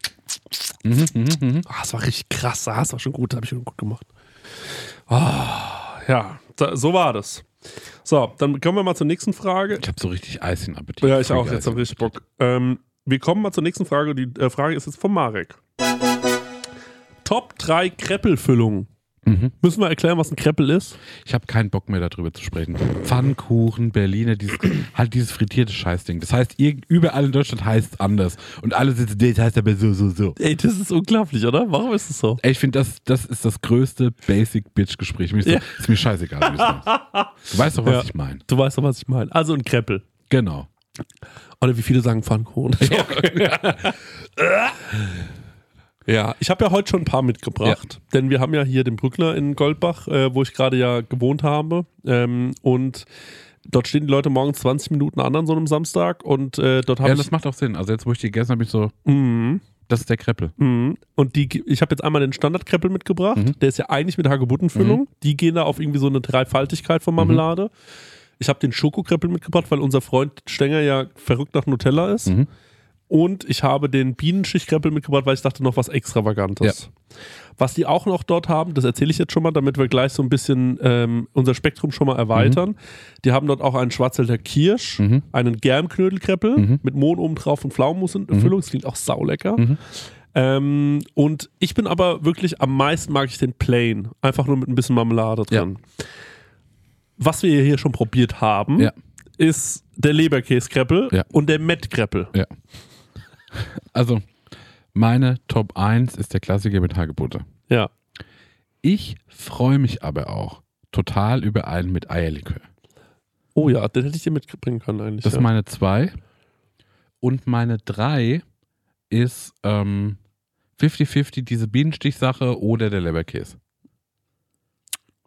S3: Mhm, mhm, mhm.
S2: Ah, es war richtig krass. Ah, es war schon gut. Das habe ich schon gut gemacht. Ah, ja, da, so war das. So, dann kommen wir mal zur nächsten Frage.
S3: Ich habe so richtig Eis in Appetit.
S2: Ja, ich auch.
S3: Eis
S2: Jetzt
S3: in
S2: habe ich richtig Bock. Ähm, wir kommen mal zur nächsten Frage. Die äh, Frage ist jetzt von Marek. Top 3 Kreppelfüllungen.
S3: Mhm.
S2: Müssen wir erklären, was ein Kreppel ist?
S3: Ich habe keinen Bock mehr darüber zu sprechen. Pfannkuchen, Berliner, dieses, *clears throat* halt dieses frittierte Scheißding. Das heißt, ir- überall in Deutschland heißt es anders. Und alle sitzen, nee, das heißt aber so, so, so.
S2: Ey, das ist unglaublich, oder? Warum ist es so?
S3: Ey, ich finde, das, das ist das größte Basic-Bitch-Gespräch. Mir Ist,
S2: Ja.
S3: ist mir scheißegal. wie es heißt. Du weißt doch, was
S2: Ja.
S3: ich meine.
S2: Du weißt doch, was ich meine. Also ein Kreppel.
S3: Genau.
S2: Oder wie viele sagen Pfannkuchen. *laughs* Ja, ich habe ja heute schon ein paar mitgebracht. Denn wir haben ja hier den Brückner in Goldbach, äh, wo ich gerade ja gewohnt habe. Ähm, und dort stehen die Leute morgens 20 Minuten an an so einem Samstag. Und äh, dort habe
S3: Ja,
S2: ich...
S3: das macht auch Sinn. Also jetzt, wo ich die gegessen habe, ich so,
S2: Mhm.
S3: das ist der Kreppel.
S2: Mhm. Und die, ich habe jetzt einmal den Standardkreppel mitgebracht. Der ist ja eigentlich mit Hagebuttenfüllung. Die gehen da auf irgendwie so eine Dreifaltigkeit von Marmelade. Ich habe den Schokokreppel mitgebracht, weil unser Freund Stenger ja verrückt nach Nutella ist.
S3: Mhm.
S2: Und ich habe den Bienenschichtkreppel mitgebracht, weil ich dachte, noch was Extravagantes. Was die auch noch dort haben, das erzähle ich jetzt schon mal, damit wir gleich so ein bisschen ähm, unser Spektrum schon mal erweitern. Die haben dort auch einen Schwarzwälder Kirsch, einen Germknödelkreppel mit Mohn oben drauf und Pflaumenmus in Füllung. Das klingt auch saulecker. Ähm, und ich bin aber wirklich am meisten mag ich den Plain. Einfach nur mit ein bisschen Marmelade drin. Was wir hier schon probiert haben,
S3: Ja.
S2: ist der Leberkäskreppel
S3: Ja.
S2: und der Mettkreppel.
S3: Ja. Also, meine Top 1 ist der Klassiker mit Hagebutte.
S2: Ja.
S3: Ich freue mich aber auch total über einen mit Eierlikör.
S2: Oh ja, den hätte ich dir mitbringen können eigentlich.
S3: Das
S2: ja.
S3: ist meine 2. Und meine 3 ist ähm, 50-50 diese Bienenstichsache oder der Leberkäse.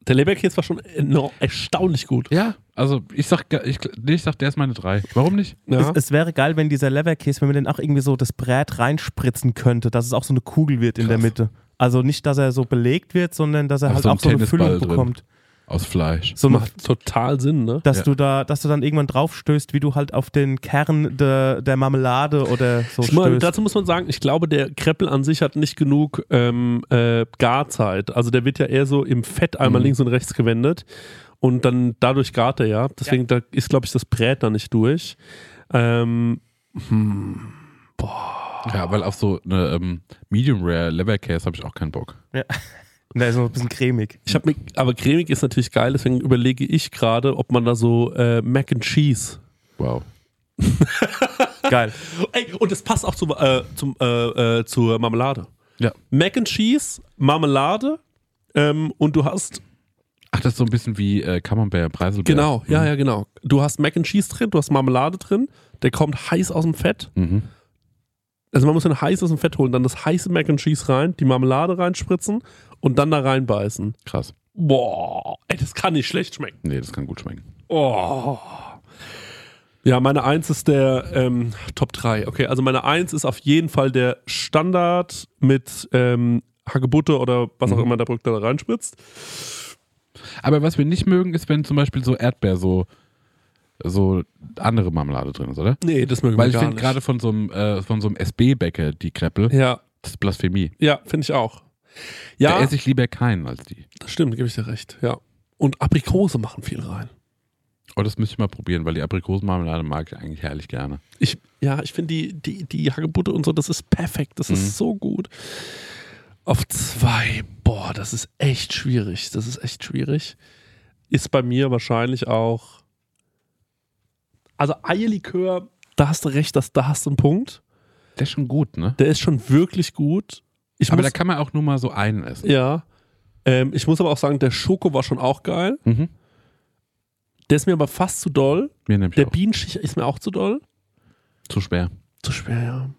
S2: der Leberkäse war schon enorm, erstaunlich gut.
S3: Ja, also ich sag, ga- ich, nee, ich sag, der ist meine 3. Warum nicht?
S2: Ja.
S4: Es, es wäre geil, wenn dieser Leverkäse, wenn man den auch irgendwie so das Brät reinspritzen könnte, dass es auch so eine Kugel wird in der
S3: Krass.
S4: Mitte. Also nicht, dass er so belegt wird, sondern dass er
S3: Auf
S4: halt
S3: so einem
S4: auch so eine
S3: Tennisball
S4: Füllung
S3: drin.
S4: bekommt.
S3: Aus Fleisch.
S4: So eine,
S2: Macht total Sinn, ne?
S4: dass
S3: Ja.
S4: du da, dass du dann irgendwann draufstößt, wie du halt auf den Kern de, der Marmelade oder so
S2: Ich meine,
S4: stößt.
S2: dazu muss man sagen, ich glaube, der Kreppel an sich hat nicht genug ähm, äh, Garzeit. Also der wird ja eher so im Fett einmal links und rechts gewendet und dann dadurch gart er ja. Deswegen Da ist, glaube ich, das Brät da nicht durch. Ähm, hm, boah.
S3: Ja, weil auf so eine ähm, Medium Rare Leberkäse habe ich auch keinen Bock.
S4: Ja. Und der ist noch ein bisschen cremig.
S2: Ich habe mir, aber cremig ist natürlich geil, deswegen überlege ich gerade, ob man da so äh, Mac and Cheese.
S3: Wow.
S4: Geil.
S2: Ey, und das passt auch zum, äh, zum, äh, äh, zur Marmelade.
S3: Ja.
S2: Mac and Cheese, Marmelade ähm, und du hast
S3: Ach, das ist so ein bisschen wie äh, Camembert, Preiselbeer. Mhm.
S2: Genau, ja, ja, genau. Du hast Mac and Cheese drin, du hast Marmelade drin, der kommt heiß aus dem Fett.
S3: Mhm.
S2: Also man muss ihn heiß aus dem Fett holen, dann das heiße Mac and Cheese rein, die Marmelade reinspritzen und dann da reinbeißen.
S3: Krass.
S2: Boah, ey, das kann nicht schlecht schmecken.
S3: Nee, das kann gut schmecken.
S2: Oh. Ja, meine Eins ist der ähm, Top 3. Okay, also meine Eins ist auf jeden Fall der Standard mit ähm, Hagebutte oder was auch immer der Brücke da reinspritzt.
S3: Aber was wir nicht mögen, ist, wenn zum Beispiel so Erdbeer so, so andere Marmelade drin ist, oder?
S2: Nee, das mögen
S3: Weil
S2: wir
S3: ich
S2: gar
S3: finde
S2: nicht.
S3: gerade von so einem, äh, von so einem SB-Bäcker die Kreppel,
S2: ja,
S3: das ist Blasphemie.
S2: ja, finde ich auch.
S3: Da
S2: Ja,
S3: esse ich lieber keinen als die.
S2: Das stimmt, gebe ich dir recht, ja. Und Aprikose machen viel rein.
S3: Oh, das müsste ich mal probieren, weil die Aprikosenmarmelade mag ich eigentlich herrlich gerne.
S2: Ich, ja, ich finde die, die, die Hagebutte und so, das ist perfekt, das
S3: Mhm.
S2: ist so gut. Auf zwei, boah, das ist echt schwierig, das ist echt schwierig. Ist bei mir wahrscheinlich auch, also Eierlikör, da hast du recht, das, da hast du einen Punkt.
S3: Der ist schon gut, ne?
S2: Der ist schon wirklich gut. Ich
S3: Aber da
S2: muss,
S3: kann man auch nur mal so einen essen.
S2: ja, ähm, ich muss aber auch sagen, der Schoko war schon auch geil.
S3: Mhm.
S2: Der ist mir aber fast zu doll.
S3: Mir nämlich
S2: Der
S3: auch.
S2: Bienenstich ist mir auch zu doll.
S3: Zu schwer.
S2: Zu schwer, ja.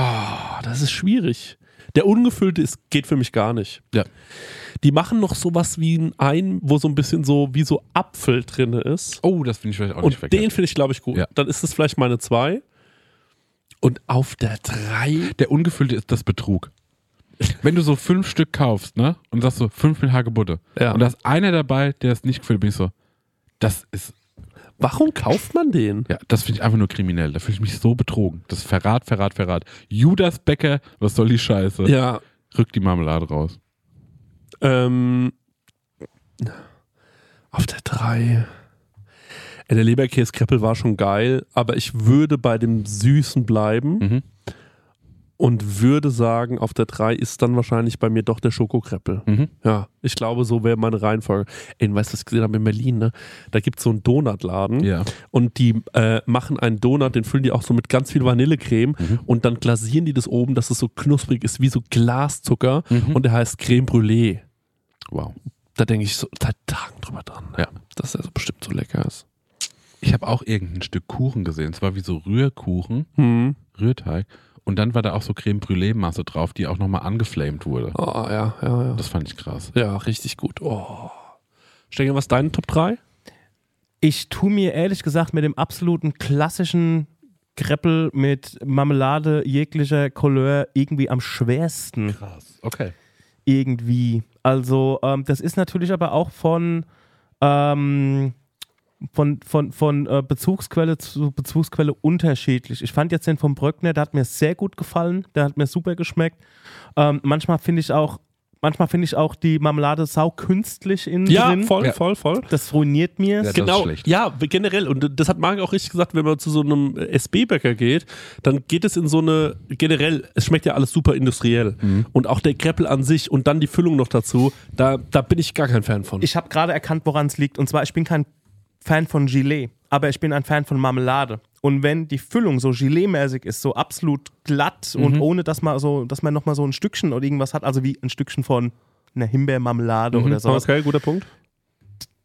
S2: Ah, das ist schwierig. Der ungefüllte ist, geht für mich gar nicht.
S3: Ja.
S2: Die machen noch sowas wie ein Ein, wo so ein bisschen so wie so Apfel drin ist.
S3: Oh, das finde ich vielleicht auch
S2: Und
S3: nicht verkehrt.
S2: den finde ich, glaube ich, gut.
S3: Ja.
S2: Dann ist es vielleicht meine zwei. Und auf der drei.
S3: Der ungefüllte ist das Betrug. Wenn du so fünf Stück kaufst, ne? Und sagst so, fünf mit Hagebutte.
S2: Ja.
S3: Und da ist einer dabei, der ist nicht gefüllt, bin ich so, das ist,
S2: Warum kauft man den?
S3: ja, das finde ich einfach nur kriminell. Da fühle ich mich so betrogen. Das ist Verrat, Verrat, Verrat. Judas Bäcker, was soll die Scheiße?
S2: Ja.
S3: Rück die Marmelade raus.
S2: Ähm, auf der drei. Ey, Der Leberkäskreppel war schon geil, aber ich würde bei dem Süßen bleiben.
S3: Mhm.
S2: und würde sagen, auf der 3 ist dann wahrscheinlich bei mir doch der Schokokreppel.
S3: Mhm.
S2: Ja, ich glaube, so wäre meine Reihenfolge. Ey, weißt du, was ich gesehen habe in Berlin, ne? Da gibt es so einen Donutladen
S3: Ja.
S2: und die äh, machen einen Donut, den füllen die auch so mit ganz viel Vanillecreme und dann glasieren die das oben, dass es so knusprig ist, wie so Glaszucker und der heißt Creme Brûlée.
S3: Mhm. Wow.
S2: Da denke ich so seit Tagen drüber dran, ne?
S3: Ja.
S2: dass der so bestimmt so lecker ist.
S3: Ich habe auch irgendein Stück Kuchen gesehen. Es war wie so Rührkuchen,
S2: Mhm.
S3: Rührteig. Und dann war da auch so Creme Brûlée-Masse drauf, die auch nochmal angeflamed wurde.
S2: Oh, ja, ja, ja.
S3: Das fand ich krass.
S2: Ja, richtig gut. Oh. Stenger, was ist deine Top 3?
S4: Ich tue mir ehrlich gesagt mit dem absoluten klassischen Kreppel mit Marmelade jeglicher Couleur irgendwie am schwersten.
S3: Krass. Okay.
S4: irgendwie. Also, ähm, das ist natürlich aber auch von, ähm, von, von, von äh, Bezugsquelle zu Bezugsquelle unterschiedlich. Ich fand jetzt den vom Bröckner, der hat mir sehr gut gefallen, der hat mir super geschmeckt. Ähm, manchmal finde ich auch, manchmal finde ich auch die Marmelade saukünstlich innen drin.
S3: Ja.
S2: voll, voll.
S4: Das ruiniert mir.
S3: Ja, das- ist
S2: Genau,
S3: schlecht.
S2: ja, generell. Und das hat Marc auch richtig gesagt, wenn man zu so einem SB-Bäcker geht, dann geht es in so eine, generell, es schmeckt ja alles super industriell.
S3: Mhm.
S2: Und auch der Kreppel an sich und dann die Füllung noch dazu, da, da bin ich gar kein Fan von.
S4: Ich habe gerade erkannt, woran es liegt. Und zwar, ich bin kein Fan von Gilet, aber ich bin ein Fan von Marmelade. Und wenn die Füllung so Gilet-mäßig ist, so absolut glatt und ohne, dass man so, dass man nochmal so ein Stückchen oder irgendwas hat, also wie ein Stückchen von einer Himbeermarmelade oder sowas,
S2: guter Punkt.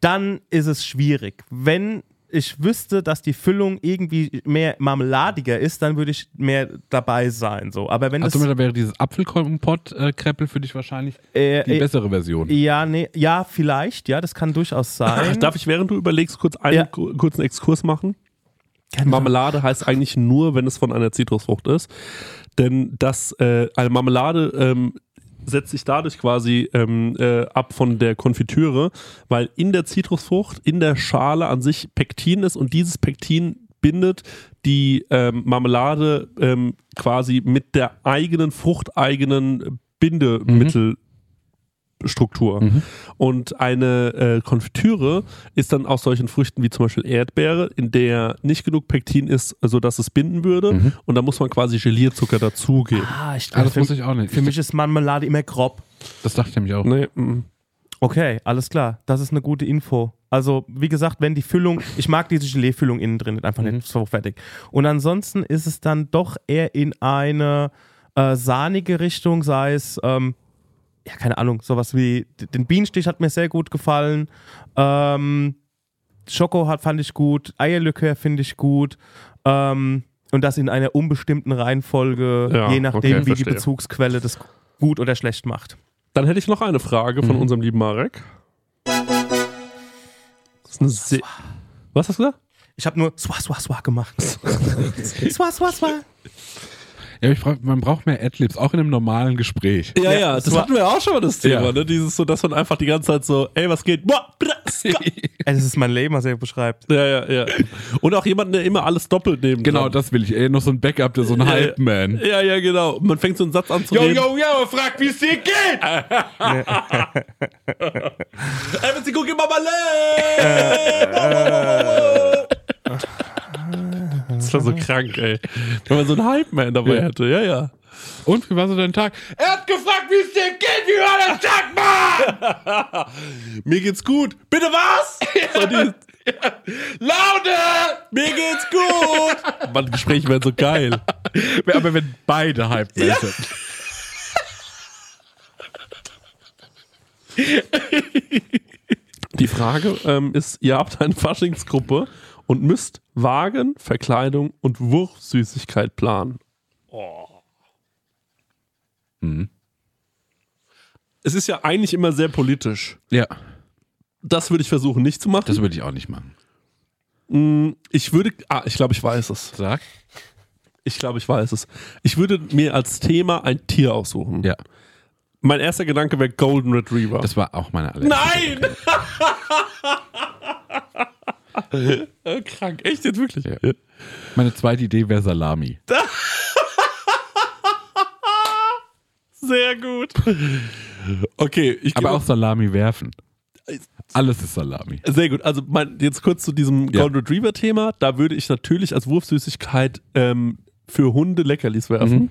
S4: dann ist es schwierig. Wenn ich wüsste, dass die Füllung irgendwie mehr marmeladiger ist, dann würde ich mehr dabei sein. So. Aber wenn
S3: Also
S4: das,
S3: da wäre dieses Apfelkompott-Kreppel für dich wahrscheinlich
S4: äh,
S3: die
S4: äh,
S3: bessere Version.
S4: ja, nee, ja, vielleicht, ja, das kann durchaus sein.
S2: Darf ich, während du überlegst, kurz einen
S4: Ja.
S2: ku- kurzen Exkurs machen?
S4: Keine
S2: Marmelade heißt eigentlich nur, wenn es von einer Zitrusfrucht ist. Denn das, äh, eine Marmelade ähm, setzt sich dadurch quasi ähm, äh, ab von der Konfitüre, weil in der Zitrusfrucht, in der Schale an sich Pektin ist und dieses Pektin bindet die ähm, Marmelade ähm, quasi mit der eigenen fruchteigenen Bindemittel Struktur. Und eine äh, Konfitüre ist dann aus solchen Früchten wie zum Beispiel Erdbeere, in der nicht genug Pektin ist, sodass es binden würde. Und da muss man quasi Gelierzucker dazugeben.
S4: Ah, ich
S3: Ah, das
S4: für,
S3: wusste ich auch nicht.
S4: für
S3: Ich-
S4: mich ist Marmelade immer grob.
S3: Das dachte ich nämlich auch.
S2: Nee, mm.
S4: Okay, alles klar. Das ist eine gute Info. Also, wie gesagt, wenn die Füllung, ich mag diese Gelee-Füllung innen drin, nicht, einfach nicht so fertig. Und ansonsten ist es dann doch eher in eine äh, sahnige Richtung, sei es, ähm, ja, keine Ahnung, sowas wie, d- den Bienenstich hat mir sehr gut gefallen, ähm, Schoko hat, fand ich gut, Eierlikör finde ich gut, ähm, und das in einer unbestimmten Reihenfolge,
S2: Ja,
S4: je nachdem,
S2: okay,
S4: wie
S2: verstehe.
S4: die Bezugsquelle das gut oder schlecht macht.
S2: Dann hätte ich noch eine Frage von unserem lieben Marek. Das ist eine sehr Was hast du gesagt?
S4: Ich habe nur Swa Swa Swa gemacht. Swa Swa Swa.
S3: Ja, aber ich frag, man braucht mehr Adlibs, auch in einem normalen Gespräch.
S2: Ja, ja, das hatten wir auch schon mal das Thema,
S3: Ja.
S2: ne? Dieses so, dass man einfach die ganze Zeit so, ey, was geht? Boah, bra, ska.
S4: Ey, das ist mein Leben, was er
S2: *laughs*
S4: beschreibt.
S2: ja, ja, ja. Und auch jemanden, der immer alles doppelt nehmen
S3: Genau, das will ich. Ey, noch so ein Backup, der so ein Hype-Man.
S2: Ja, ja, genau. Man fängt so einen Satz an zu
S3: Yo,
S2: reden.
S3: yo, yo, frag, wie es dir geht!
S2: Ey, wenn sie gucken, Mama Äh, le- Das war so krank, ey. Wenn man so einen Hype-Man dabei
S3: Ja.
S2: hätte, ja, ja.
S3: Und wie war so dein Tag? Er hat gefragt, wie es dir geht, wie war dein Tag, Mann!
S2: *laughs* Mir geht's gut. Bitte was? So die,
S3: Laute!
S2: Mir geht's gut. Mann, Gespräche werden so geil.
S3: Aber wenn beide Hype-Man sind.
S2: Die Frage ähm, ist, ihr habt eine Faschingsgruppe und müsst Wagen, Verkleidung und Wurfsüßigkeit planen. Mhm. Es ist ja eigentlich immer sehr politisch.
S3: Ja,
S2: Das würde ich versuchen nicht zu machen.
S3: das würde ich auch nicht machen.
S2: ich würde, ah, ich glaube, ich weiß es.
S3: Sag?
S2: Ich glaube, ich weiß es. Ich würde mir als Thema ein Tier aussuchen.
S3: Ja,
S2: Mein erster Gedanke wäre Golden Retriever.
S3: das war auch meine allererste. *laughs*
S2: Nein! Äh, Krank, echt jetzt wirklich?
S3: Ja. Meine zweite Idee wäre Salami.
S2: Sehr gut. Okay, ich
S3: Aber
S2: gebe
S3: auch Salami werfen. Alles ist Salami.
S2: Sehr gut. Also mein, jetzt kurz zu diesem
S3: Ja.
S2: Golden Retriever-Thema. Da würde ich natürlich als Wurfsüßigkeit ähm, für Hunde Leckerlis werfen.
S3: Mhm.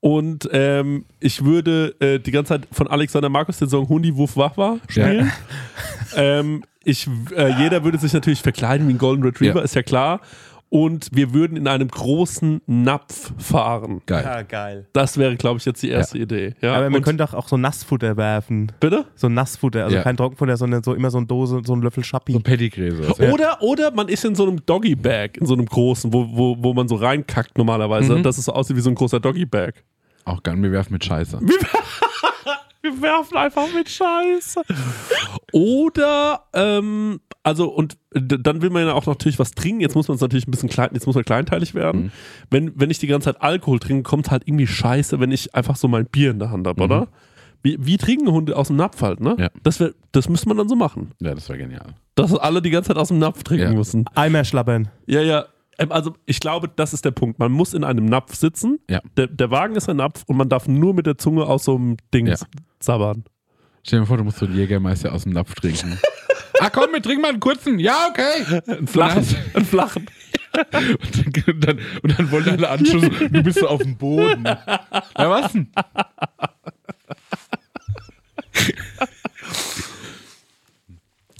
S2: Und ähm, ich würde äh, die ganze Zeit von Alexander Markus den Song Hundi Wurf Wach war spielen. *laughs* ähm, ich, äh, jeder würde sich natürlich verkleiden wie ein Golden Retriever,
S3: Ja.
S2: ist ja klar. Und wir würden in einem großen Napf fahren.
S3: Geil.
S4: geil.
S2: Das wäre, glaube ich, jetzt die erste Idee. Ja,
S4: Aber man
S2: und,
S4: könnte auch, auch so Nassfutter werfen.
S2: bitte?
S4: So Nassfutter, also
S3: Ja.
S4: kein Trockenfutter, sondern so immer so eine Dose, so ein Löffel Schappi.
S3: So Pettigrees. oder so.
S2: Oder, oder man ist in so einem Doggy-Bag, in so einem großen, wo, wo, wo man so reinkackt normalerweise, dass es so aussieht wie so ein großer Doggy-Bag.
S3: Auch geil. Wir werfen mit Scheiße.
S2: Wir werfen einfach mit Scheiße. Oder, ähm, also, und d- dann will man ja auch natürlich was trinken. Jetzt muss man es natürlich ein bisschen klein, jetzt muss man kleinteilig werden. Wenn, wenn ich die ganze Zeit Alkohol trinke, kommt halt irgendwie Scheiße, wenn ich einfach so mein Bier in der Hand habe, oder? Wie, wie trinken Hunde aus dem Napf halt, ne?
S3: Ja.
S2: Das, wär, das müsste man dann so machen.
S3: Ja, das war genial.
S2: Dass alle die ganze Zeit aus dem Napf trinken
S3: Ja.
S2: müssen.
S4: Eimer schlabbern.
S2: Ja, ja. Ähm, Also ich glaube, das ist der Punkt. Man muss in einem Napf sitzen.
S3: Ja.
S2: Der, der Wagen ist ein Napf und man darf nur mit der Zunge aus so einem Ding
S3: Ja.
S2: zabbern.
S3: Stell dir vor, du musst so einen Jägermeister aus dem Napf *laughs* trinken. ah komm, wir trinken mal einen kurzen. Ja, okay. Einen
S2: Ein flachen. *laughs*
S3: Und dann, und dann, und dann wollte alle anschließen. Du bist so auf dem Boden. Ja, was denn?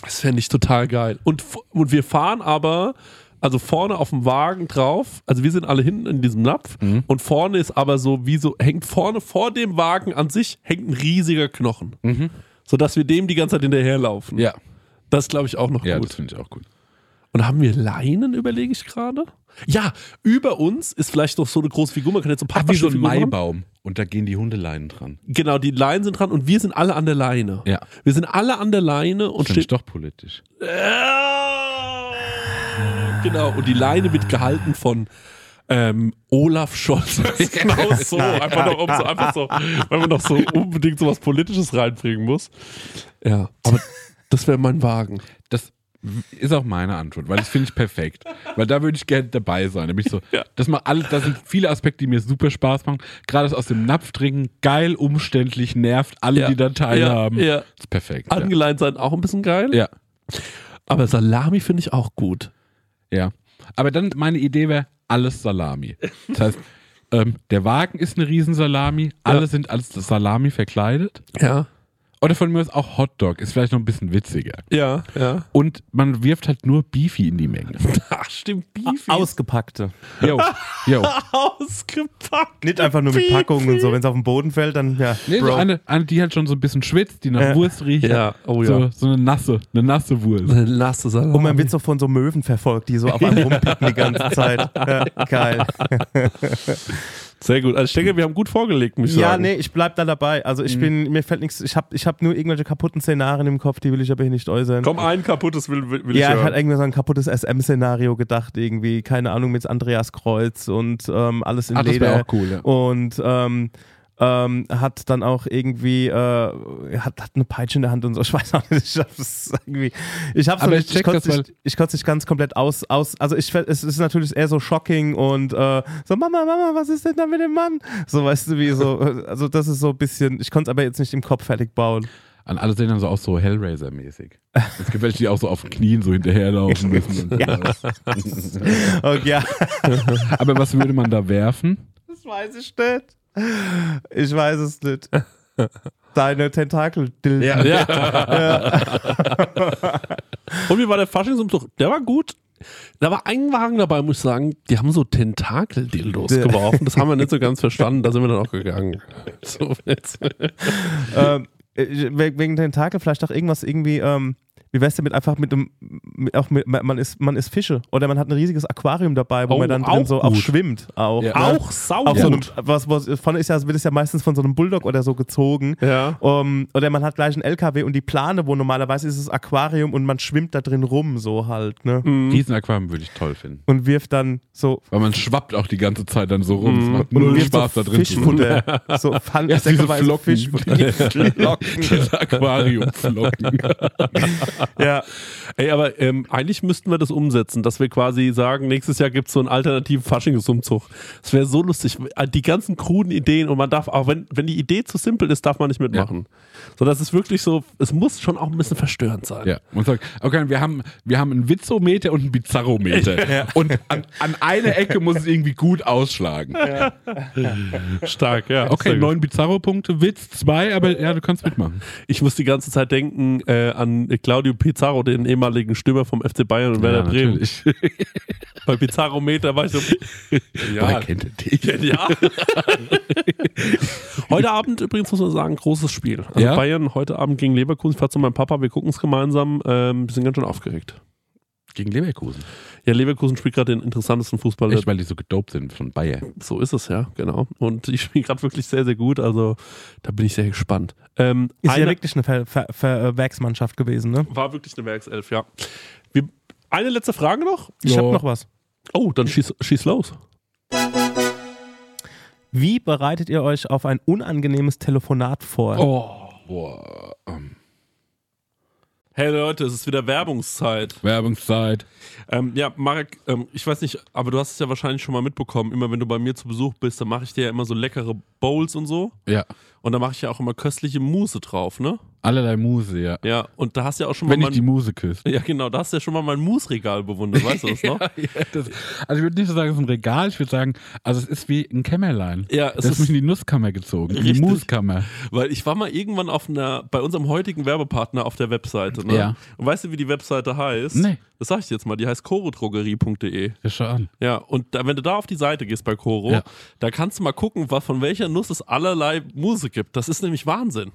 S2: Das fände ich total geil. Und, f- und wir fahren aber, also vorne auf dem Wagen drauf, also wir sind alle hinten in diesem Napf
S3: Mhm.
S2: und vorne ist aber so, wie so, hängt vorne vor dem Wagen an sich, hängt ein riesiger Knochen. Sodass wir dem die ganze Zeit hinterherlaufen.
S3: Mhm. Ja.
S2: Das glaube ich auch noch
S3: Ja,
S2: gut.
S3: das finde ich auch gut.
S2: Und haben wir Leinen, überlege ich gerade? Ja, über uns ist vielleicht noch so eine große Figur. Man kann jetzt so ein paar Figuren haben.
S3: Und da gehen die Hundeleinen dran.
S2: Genau, die Leinen sind dran und wir sind alle an der Leine.
S3: Ja.
S2: Wir sind alle an der Leine und
S3: Das finde ich
S2: stehen.
S3: doch politisch.
S2: Äh, Genau, und die Leine wird gehalten von ähm, Olaf Scholz. genau so. Einfach, noch, um so. einfach so, weil man noch so unbedingt so was Politisches reinbringen muss. Ja, aber das wäre mein Wagen.
S3: Das, Ist auch meine Antwort, weil das finde ich perfekt. weil da würde ich gerne dabei sein. Nämlich so, das mal alles, da sind viele Aspekte, die mir super Spaß machen. Gerade das aus dem Napf trinken, geil, umständlich, nervt alle,
S2: Ja.
S3: die da teilhaben.
S2: Ja. Ja.
S3: Ist perfekt. Ja.
S2: Angeleint sein auch ein bisschen geil.
S3: ja.
S2: Aber Salami finde ich auch gut.
S3: Ja. Aber dann meine Idee wäre, alles Salami. Das heißt, ähm, der Wagen ist eine Riesensalami, alle sind als Salami verkleidet.
S2: Ja.
S3: Oder von mir aus auch Hotdog, ist vielleicht noch ein bisschen witziger.
S2: Ja, ja.
S3: Und man wirft halt nur Beefy in die Menge.
S2: Ach, stimmt. Beefy.
S4: Ausgepackte.
S3: Jo, jo.
S2: Ausgepackt.
S4: Nicht einfach nur mit Packungen und so. Wenn es auf den Boden fällt, dann ja.
S3: Nee, so
S2: Bro.
S3: eine, eine, die halt schon so ein bisschen schwitzt, die nach
S4: Ja.
S3: Wurst riecht.
S2: Ja, oh
S3: so,
S2: ja.
S3: so eine nasse, eine nasse Wurst.
S2: Lass es Salami.
S4: Und man wird so von so Möwen verfolgt, die so auf einem rumpicken die ganze Zeit. Ja, geil.
S2: Sehr gut. Also ich denke, wir haben gut vorgelegt, mich
S4: Ja,
S2: sagen.
S4: nee, ich bleib da dabei. Also ich bin, mir fällt nichts, ich habe ich hab nur irgendwelche kaputten Szenarien im Kopf, die will ich aber hier nicht äußern.
S2: Komm, ein kaputtes will, will, will ich
S4: ja, ich hatte
S2: hören.
S4: irgendwie so ein kaputtes SM-Szenario gedacht, irgendwie, keine Ahnung, mit Andreas Kreuz und ähm, alles in
S3: Ah, das wär
S4: Leder.
S3: auch cool, ja.
S4: Und ähm, ähm, hat dann auch irgendwie, äh, hat, hat eine Peitsche in der Hand und so, *laughs* ich weiß auch nicht, ich hab's irgendwie, ich hab's
S3: Aber
S4: noch
S3: ich
S4: nicht,
S3: check
S4: konnte
S3: das,
S4: nicht, ich konnte nicht ganz komplett aus, aus also ich, es ist natürlich eher so shocking und äh, so, Mama, Mama, was ist denn da mit dem Mann? So, weißt du, wie so, äh, also das ist so ein bisschen, ich konnte es aber jetzt nicht im Kopf fertig bauen.
S3: An alle sehen dann so aus, so Hellraiser-mäßig. Es gibt welche, die auch so auf den Knien so hinterherlaufen müssen. und so.
S4: Okay, ja.
S3: Aber was würde man da werfen?
S4: Das weiß ich nicht. Ich weiß es
S2: *laughs*
S4: nicht. Deine Tentakel. Ja.
S2: Und wie war der Faschingsumzug? Der war gut. Da war ein Wagen dabei, muss ich sagen. Die haben so Tentakel-Dildos
S4: Ja.
S2: geworfen. Das haben wir nicht so ganz verstanden. Da sind wir dann auch
S4: *laughs*
S2: gegangen. So, jetzt.
S4: Ähm, ich- we- wegen Tentakel vielleicht auch irgendwas irgendwie. Ähm, wie wär's denn mit einfach mit einem. Mit, auch mit, man, ist, man ist Fische. Oder man hat ein riesiges Aquarium dabei, wo
S2: Oh,
S4: man dann
S2: auch
S4: drin so auch
S2: gut.
S4: schwimmt. Auch.
S3: Ja.
S4: ne?
S2: Auch sau
S4: Auf so einem,
S2: gut.
S4: was, was, von ist ja, wird es ja meistens von so einem Bulldog oder so gezogen.
S2: Ja.
S4: Ähm, oder man hat gleich einen LKW und die Plane, wo normalerweise ist es Aquarium und man schwimmt da drin rum, so halt, ne?
S2: Mhm.
S3: Diesen Aquarium würde ich toll finden.
S4: Und wirft dann so
S3: Weil man schwappt auch die ganze Zeit dann so rum. Es macht
S4: Und
S3: null
S4: wirft
S3: Spaß
S4: so
S3: da drin zu sein.
S4: Fischfutter.
S3: *laughs*
S4: so Pfand,
S3: Ja, diese
S4: säckeweise
S3: Flocken. *laughs*
S4: Fischfutter.
S3: Diese Aquariumflocken.
S4: ja.
S2: Ey, aber ähm, eigentlich müssten wir das umsetzen, dass wir quasi sagen, nächstes Jahr gibt es so einen alternativen Faschingsumzug. Das wäre so lustig. Äh, Die ganzen kruden Ideen und man darf, auch wenn, wenn die Idee zu simpel ist, darf man nicht mitmachen. So, das ist wirklich so, es muss schon auch ein bisschen verstörend sein.
S3: Ja, man sagt, okay, wir haben, wir haben einen Witzometer und einen Bizarrometer. Und an, an einer Ecke muss es irgendwie gut ausschlagen.
S2: Stark, ja.
S3: Okay,
S2: Sehr gut.
S3: neun Bizarro-Punkte, Witz zwei, aber ja, du kannst mitmachen.
S2: Ich muss die ganze Zeit denken äh, an Claudio Pizarro, den ehemaligen Stürmer vom FC Bayern und Werder Bremen. Bei Pizarro Meter war ich so,
S3: Ja, kennt ihr dich?
S2: *laughs* ja. heute Abend übrigens muss man sagen, großes Spiel. Also
S3: Ja?
S2: Bayern heute Abend gegen Leverkusen. Ich fahre zu meinem Papa, wir gucken es gemeinsam. Ähm, wir sind ganz schön aufgeregt.
S3: Gegen Leverkusen.
S2: Ja, Leverkusen spielt gerade den interessantesten Fußball. der-
S3: Echt, weil die so gedopt sind von Bayern.
S2: So ist es, ja, genau. Und die spielen gerade wirklich sehr, sehr gut. Also da bin ich sehr gespannt. Ähm,
S4: Ist ja
S2: eine-
S4: wirklich eine Ver Ver Ver Werksmannschaft gewesen, ne?
S2: war wirklich eine Werkself, ja. Wir, eine letzte Frage noch.
S4: Ich
S3: Ja.
S4: hab noch was.
S2: Oh, dann schieß, schieß los.
S4: Wie bereitet ihr euch auf ein unangenehmes Telefonat vor?
S3: Oh. Boah. ähm,
S2: Hey Leute, es ist wieder Werbungszeit.
S3: Werbungszeit.
S2: Ähm, ja, Marek, ähm, ich weiß nicht, aber du hast es ja wahrscheinlich schon mal mitbekommen. Immer wenn du bei mir zu Besuch bist, dann mache ich dir ja immer so leckere Bowls und so.
S3: Ja.
S2: Und da mache ich ja auch immer köstliche Mousse drauf, ne?
S3: Allerlei Muse, ja.
S2: Ja, und da hast du ja auch schon
S3: Wenn
S2: mal
S3: ich die
S2: mein,
S3: Muse küsse.
S2: *laughs* Ja, genau, da hast du ja schon mal mein Mousse-Regal bewundert, weißt
S3: *laughs*
S2: du das noch?
S3: Ja, das, also ich würde nicht so sagen, es ist ein Regal, ich würde sagen, also es ist wie ein Kämmerlein.
S2: Ja, es
S3: es das
S2: ist-
S3: ist mich in die Nusskammer gezogen, in die
S2: Richtig.
S3: Muskammer.
S2: Weil ich war mal irgendwann auf einer, bei unserem heutigen Werbepartner auf der Webseite, ne?
S3: Ja.
S2: Und weißt du, wie die Webseite heißt?
S3: Nee.
S2: Das sag ich dir jetzt mal, die heißt chorodrogerie.de.
S3: Ja, schau an.
S2: Ja, und da, wenn du da auf die Seite gehst bei Koro,
S3: Ja.
S2: da kannst du mal gucken, was, von welcher Nuss es allerlei Muse gibt. Das ist nämlich Wahnsinn.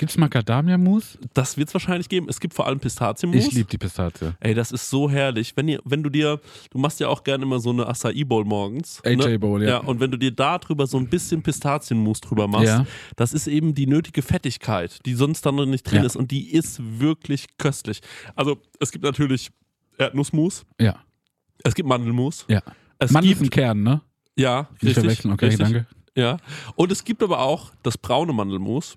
S3: Gibt's Macadamia-Mus?
S2: Das wird es wahrscheinlich geben. Es gibt vor allem Pistazienmus.
S3: Ich liebe die Pistazie.
S2: Ey, das ist so herrlich. Wenn, ihr, wenn du dir, du machst ja auch gerne immer so eine Acai Bowl morgens. ne?
S3: AJ Bowl, ja.
S2: Ja, und wenn du dir da drüber so ein bisschen Pistazienmus drüber machst,
S3: Ja.
S2: das ist eben die nötige Fettigkeit, die sonst dann noch nicht drin
S3: Ja.
S2: ist. Und die ist wirklich köstlich. Also, es gibt natürlich Erdnussmus,
S3: Ja,
S2: es gibt Mandelmus.
S3: ja.
S2: Es
S3: Mann ist ein
S2: gibt,
S3: Kern, ne?
S2: ja,
S3: Nicht
S2: richtig,
S3: verwechseln, okay,
S2: richtig.
S3: danke.
S2: Ja. Und es gibt aber auch das braune Mandelmus.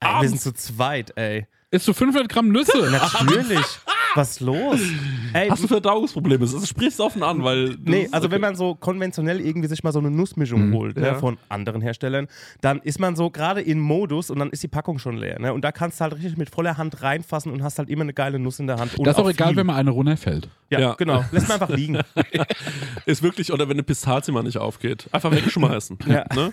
S4: Ey, wir
S2: abends.
S4: sind zu zweit, ey.
S3: Isst du 500 Gramm Nüsse? *laughs*
S4: Natürlich. Was ist los? Ey,
S2: Hast du Verdauungsprobleme? Das ist- Sprich's offen an, weil. das
S4: Nee,
S2: ist-
S4: also wenn
S2: okay.
S4: man so konventionell irgendwie sich mal so eine
S3: Mhm,
S4: Nussmischung holt ne,
S2: Ja.
S4: von anderen Herstellern, dann ist man so gerade in Modus und dann ist die Packung schon leer. Ne? Und da kannst du halt richtig mit voller Hand reinfassen und hast halt immer eine geile Nuss in der Hand. Und
S3: Das ist auch egal,
S4: viel.
S3: wenn mal eine runterfällt.
S4: Ja,
S2: Ja.
S4: genau. Lässt man einfach
S3: *laughs*
S4: liegen.
S2: *laughs* Ist wirklich, oder wenn eine Pistazie mal nicht aufgeht. Einfach
S3: *laughs*
S2: wegschmeißen. ja. Ne?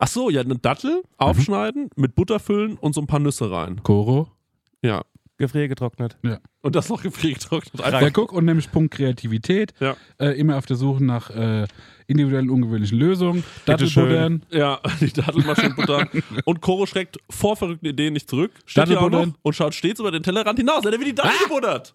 S2: Ach so, ja, eine Dattel aufschneiden, mit Butter füllen und so ein paar Nüsse rein.
S3: Koro.
S2: Ja.
S4: Gefriergetrocknet.
S3: Ja.
S2: Und das noch gefriergetrocknet.
S3: ja,
S2: Einfach.
S3: guck, und nämlich Punkt Kreativität.
S2: Ja.
S3: Äh, immer auf der Suche nach äh, individuellen, ungewöhnlichen Lösungen. Dattelbuddern.
S2: Ja, *laughs* die Dattel mal schön buttern. Und Koro schreckt vor verrückten Ideen nicht zurück. Steht
S3: Dattel
S2: hier auch noch
S3: buttern.
S2: und schaut stets über den Tellerrand hinaus. Er wird die Dattel gebuttert.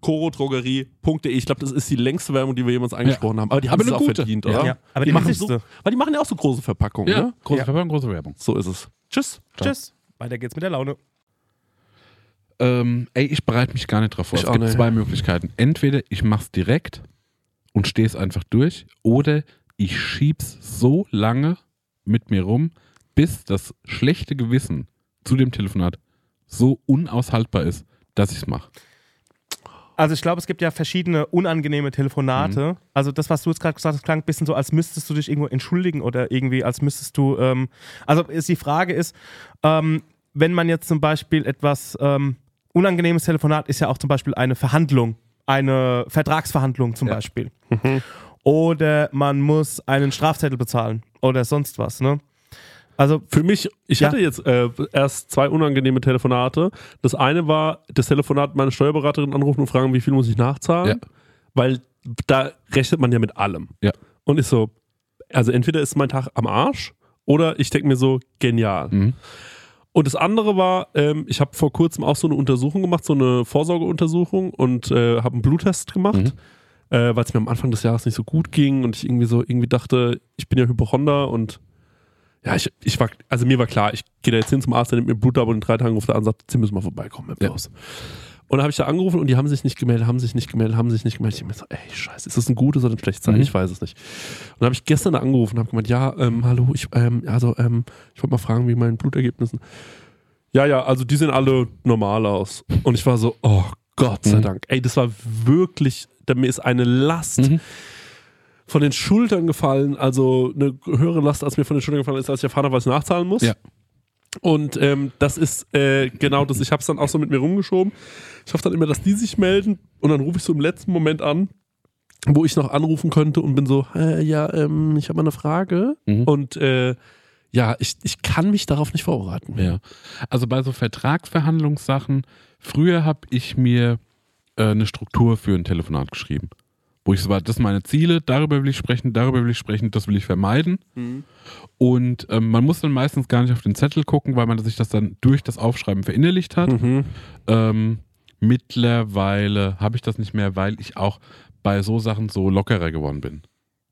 S2: www.korodrogerie.de. Ich glaube, das ist die längste Werbung, die wir jemals angesprochen haben. Aber die haben
S3: Aber
S2: es
S3: eine
S2: auch
S3: gute.
S2: verdient,
S3: Ja.
S2: oder?
S4: Ja, aber die
S2: machen so,
S4: wichtigste.
S2: Weil die machen ja auch so große Verpackungen,
S3: Ja,
S2: ne?
S3: große
S4: Ja.
S3: Verpackung, große Werbung.
S2: So ist es. Tschüss.
S4: Tschüss. Weiter geht's mit der Laune.
S3: Ähm, ey, ich bereite mich gar nicht drauf vor.
S2: Ich
S3: es
S2: auch
S3: gibt
S2: nicht.
S3: zwei Möglichkeiten. Entweder ich mach's direkt und stehe es einfach durch, oder ich schieb's so lange mit mir rum, bis das schlechte Gewissen zu dem Telefonat so unaushaltbar ist, dass ich's mache.
S4: Also ich glaube, es gibt ja verschiedene unangenehme Telefonate. Also das, was du jetzt gerade gesagt hast, klang ein bisschen so, als müsstest du dich irgendwo entschuldigen oder irgendwie, als müsstest du. Ähm, also ist die Frage ist, ähm, wenn man jetzt zum Beispiel etwas ähm, unangenehmes Telefonat ist ja auch zum Beispiel eine Verhandlung, eine Vertragsverhandlung zum Beispiel. Oder man muss einen Strafzettel bezahlen oder sonst was. Ne? Also
S2: Für mich, ich
S4: Ja.
S2: hatte jetzt äh, erst zwei unangenehme Telefonate. Das eine war das Telefonat meine Steuerberaterin anrufen und fragen, wie viel muss ich nachzahlen?
S3: Ja.
S2: Weil da rechnet man ja mit allem.
S3: Ja.
S2: Und ist so, also entweder ist mein Tag am Arsch oder ich denke mir so, genial.
S3: Mhm.
S2: Und das andere war, ähm, ich habe vor kurzem auch so eine Untersuchung gemacht, so eine Vorsorgeuntersuchung und äh, habe einen Bluttest gemacht,
S3: Mhm.
S2: äh, weil es mir am Anfang des Jahres nicht so gut ging und ich irgendwie so irgendwie dachte, ich bin ja Hypochonder und ja, ich, ich war, also mir war klar, ich gehe da jetzt hin zum Arzt, der nimmt mir Blut ab und in drei Tagen ruft er an und sagt, Sie müssen mal vorbeikommen, Herr
S3: Ja.
S2: Klaus. Und dann habe ich da angerufen und die haben sich nicht gemeldet, haben sich nicht gemeldet, haben sich nicht gemeldet. Ich hab mir so, ey, scheiße, ist das ein gutes oder ein schlechtes Zeichen?
S3: Mhm.
S2: Ich weiß es nicht. Und dann habe ich gestern da angerufen und habe gemeint, ja, ähm, hallo, ich, ähm, also, ähm, ich wollte mal fragen, wie meinen Blutergebnissen. Ja, ja, also die sehen alle normal aus. Und ich war so, oh Gott sei
S3: Mhm.
S2: Dank. Ey, das war wirklich, da mir ist eine Last
S3: Mhm.
S2: von den Schultern gefallen, also eine höhere Last, als mir von den Schultern gefallen ist, als ich erfahren habe, was ich nachzahlen muss.
S3: Ja.
S2: Und ähm, das ist äh, genau das. Ich habe es dann auch so mit mir rumgeschoben. Ich hoffe dann immer, dass die sich melden und dann rufe ich so im letzten Moment an, wo ich noch anrufen könnte und bin so, äh, ja, ähm, ich habe mal eine Frage
S3: Mhm.
S2: und äh, ja, ich, ich kann mich darauf nicht vorbereiten.
S3: Ja. Also bei so Vertragsverhandlungssachen, früher habe ich mir äh, eine Struktur für ein Telefonat geschrieben. Wo ich so war, das sind meine Ziele, darüber will ich sprechen, darüber will ich sprechen, das will ich vermeiden. Und ähm, man muss dann meistens gar nicht auf den Zettel gucken, weil man sich das dann durch das Aufschreiben verinnerlicht
S2: Hm.
S3: hat. Ähm, mittlerweile habe ich das nicht mehr, weil ich auch bei so Sachen so lockerer geworden bin.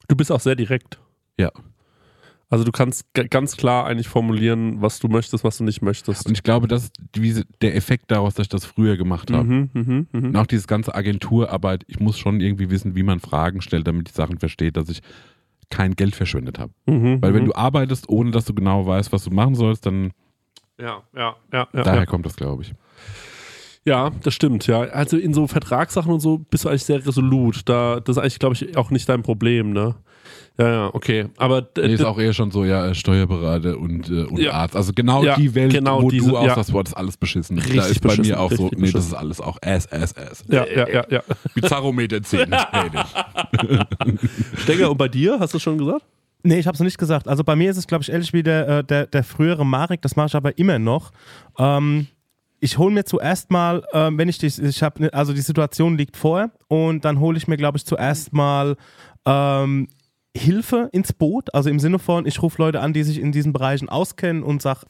S2: Du bist auch sehr direkt.
S3: Ja.
S2: Also du kannst g- ganz klar eigentlich formulieren, was du möchtest, was du nicht möchtest.
S3: Und ich glaube, das ist diese, der Effekt daraus, dass ich das früher gemacht habe.
S2: Mhm, mhm, mhm.
S3: Und auch dieses ganze Agenturarbeit, ich muss schon irgendwie wissen, wie man Fragen stellt, damit ich Sachen verstehe, dass ich kein Geld verschwendet habe.
S2: Mhm,
S3: Weil wenn
S2: mhm.
S3: du arbeitest, ohne dass du genau weißt, was du machen sollst, dann
S2: Ja, ja, ja, ja.
S3: daher
S2: ja.
S3: kommt das, glaube ich.
S2: Ja, das stimmt, ja. Also in so Vertragssachen und so bist du eigentlich sehr resolut. Da, das ist eigentlich, glaube ich, auch nicht dein Problem, ne? Ja, ja, okay. Aber d-
S3: Nee, ist
S2: d-
S3: auch eher schon so, ja, äh, Steuerberater und, äh, und
S2: Ja.
S3: Arzt. Also genau
S2: Ja,
S3: die Welt,
S2: genau
S3: wo
S2: diese-
S3: du auch
S2: ja.
S3: sagst, boah, das ist alles beschissen. da
S2: Richtig
S3: ist bei
S2: beschissen,
S3: mir auch so,
S2: richtig
S3: nee, das ist alles auch ass, ass, ass.
S2: ja, ja, ja, ja.
S3: Bizarrometer 10. hey, nee.
S2: *laughs* Stenger, und bei dir, hast du schon gesagt?
S4: Nee, ich habe es nicht gesagt. Also bei mir ist es, glaube ich, ehrlich wie der, äh, der, der frühere Marek, das mache ich aber immer noch. Ähm, ich hole mir zuerst mal, ähm, wenn ich die, ich habe, also die Situation liegt vor und dann hole ich mir, glaube ich, zuerst mal ähm, Hilfe ins Boot. Also im Sinne von, ich rufe Leute an, die sich in diesen Bereichen auskennen und sag,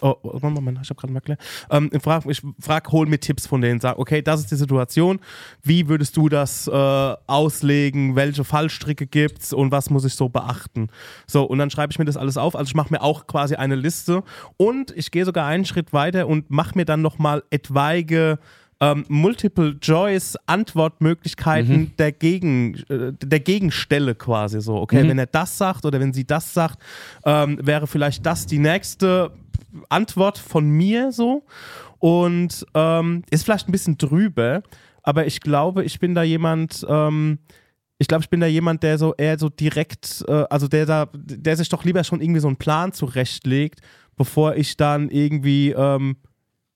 S4: Oh, oh, Moment, ich habe gerade mal erklärt. Ähm, ich frage, ich frag, hol mir Tipps von denen. Sag, okay, das ist die Situation. Wie würdest du das äh, auslegen? Welche Fallstricke gibt's und was muss ich so beachten? So, und dann schreibe ich mir das alles auf. Also ich mache mir auch quasi eine Liste und ich gehe sogar einen Schritt weiter und mache mir dann nochmal etwaige ähm, Multiple-Choice-Antwortmöglichkeiten der, Gegen, äh, der Gegenstelle quasi so. Okay, wenn er das sagt oder wenn sie das sagt, ähm, wäre vielleicht das die nächste Antwort von mir so. Und ähm, ist vielleicht ein bisschen drüber, aber ich glaube, ich bin da jemand. Ähm, ich glaube, ich bin da jemand, der so eher so direkt, äh, also der da, der sich doch lieber schon irgendwie so einen Plan zurechtlegt, bevor ich dann irgendwie ähm,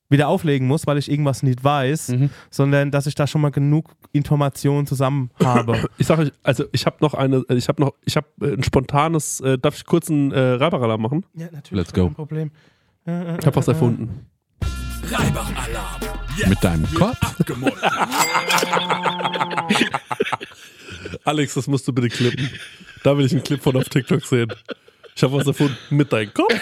S4: wieder auflegen muss, weil ich irgendwas nicht weiß, sondern dass ich da schon mal genug Informationen zusammen habe.
S2: Ich sage euch, also ich habe noch eine, ich habe noch, ich habe ein spontanes, äh, darf ich kurz einen äh, Rabarala machen?
S4: ja, natürlich.
S3: Let's go. kein
S4: Problem.
S2: Ich habe was erfunden.
S1: Reibach-Alarm.
S3: Mit deinem Kopf?
S1: Abgemolken.
S2: Alex, das musst du bitte klippen. Da will ich einen Clip von auf TikTok sehen. Ich habe was erfunden mit deinem Kopf.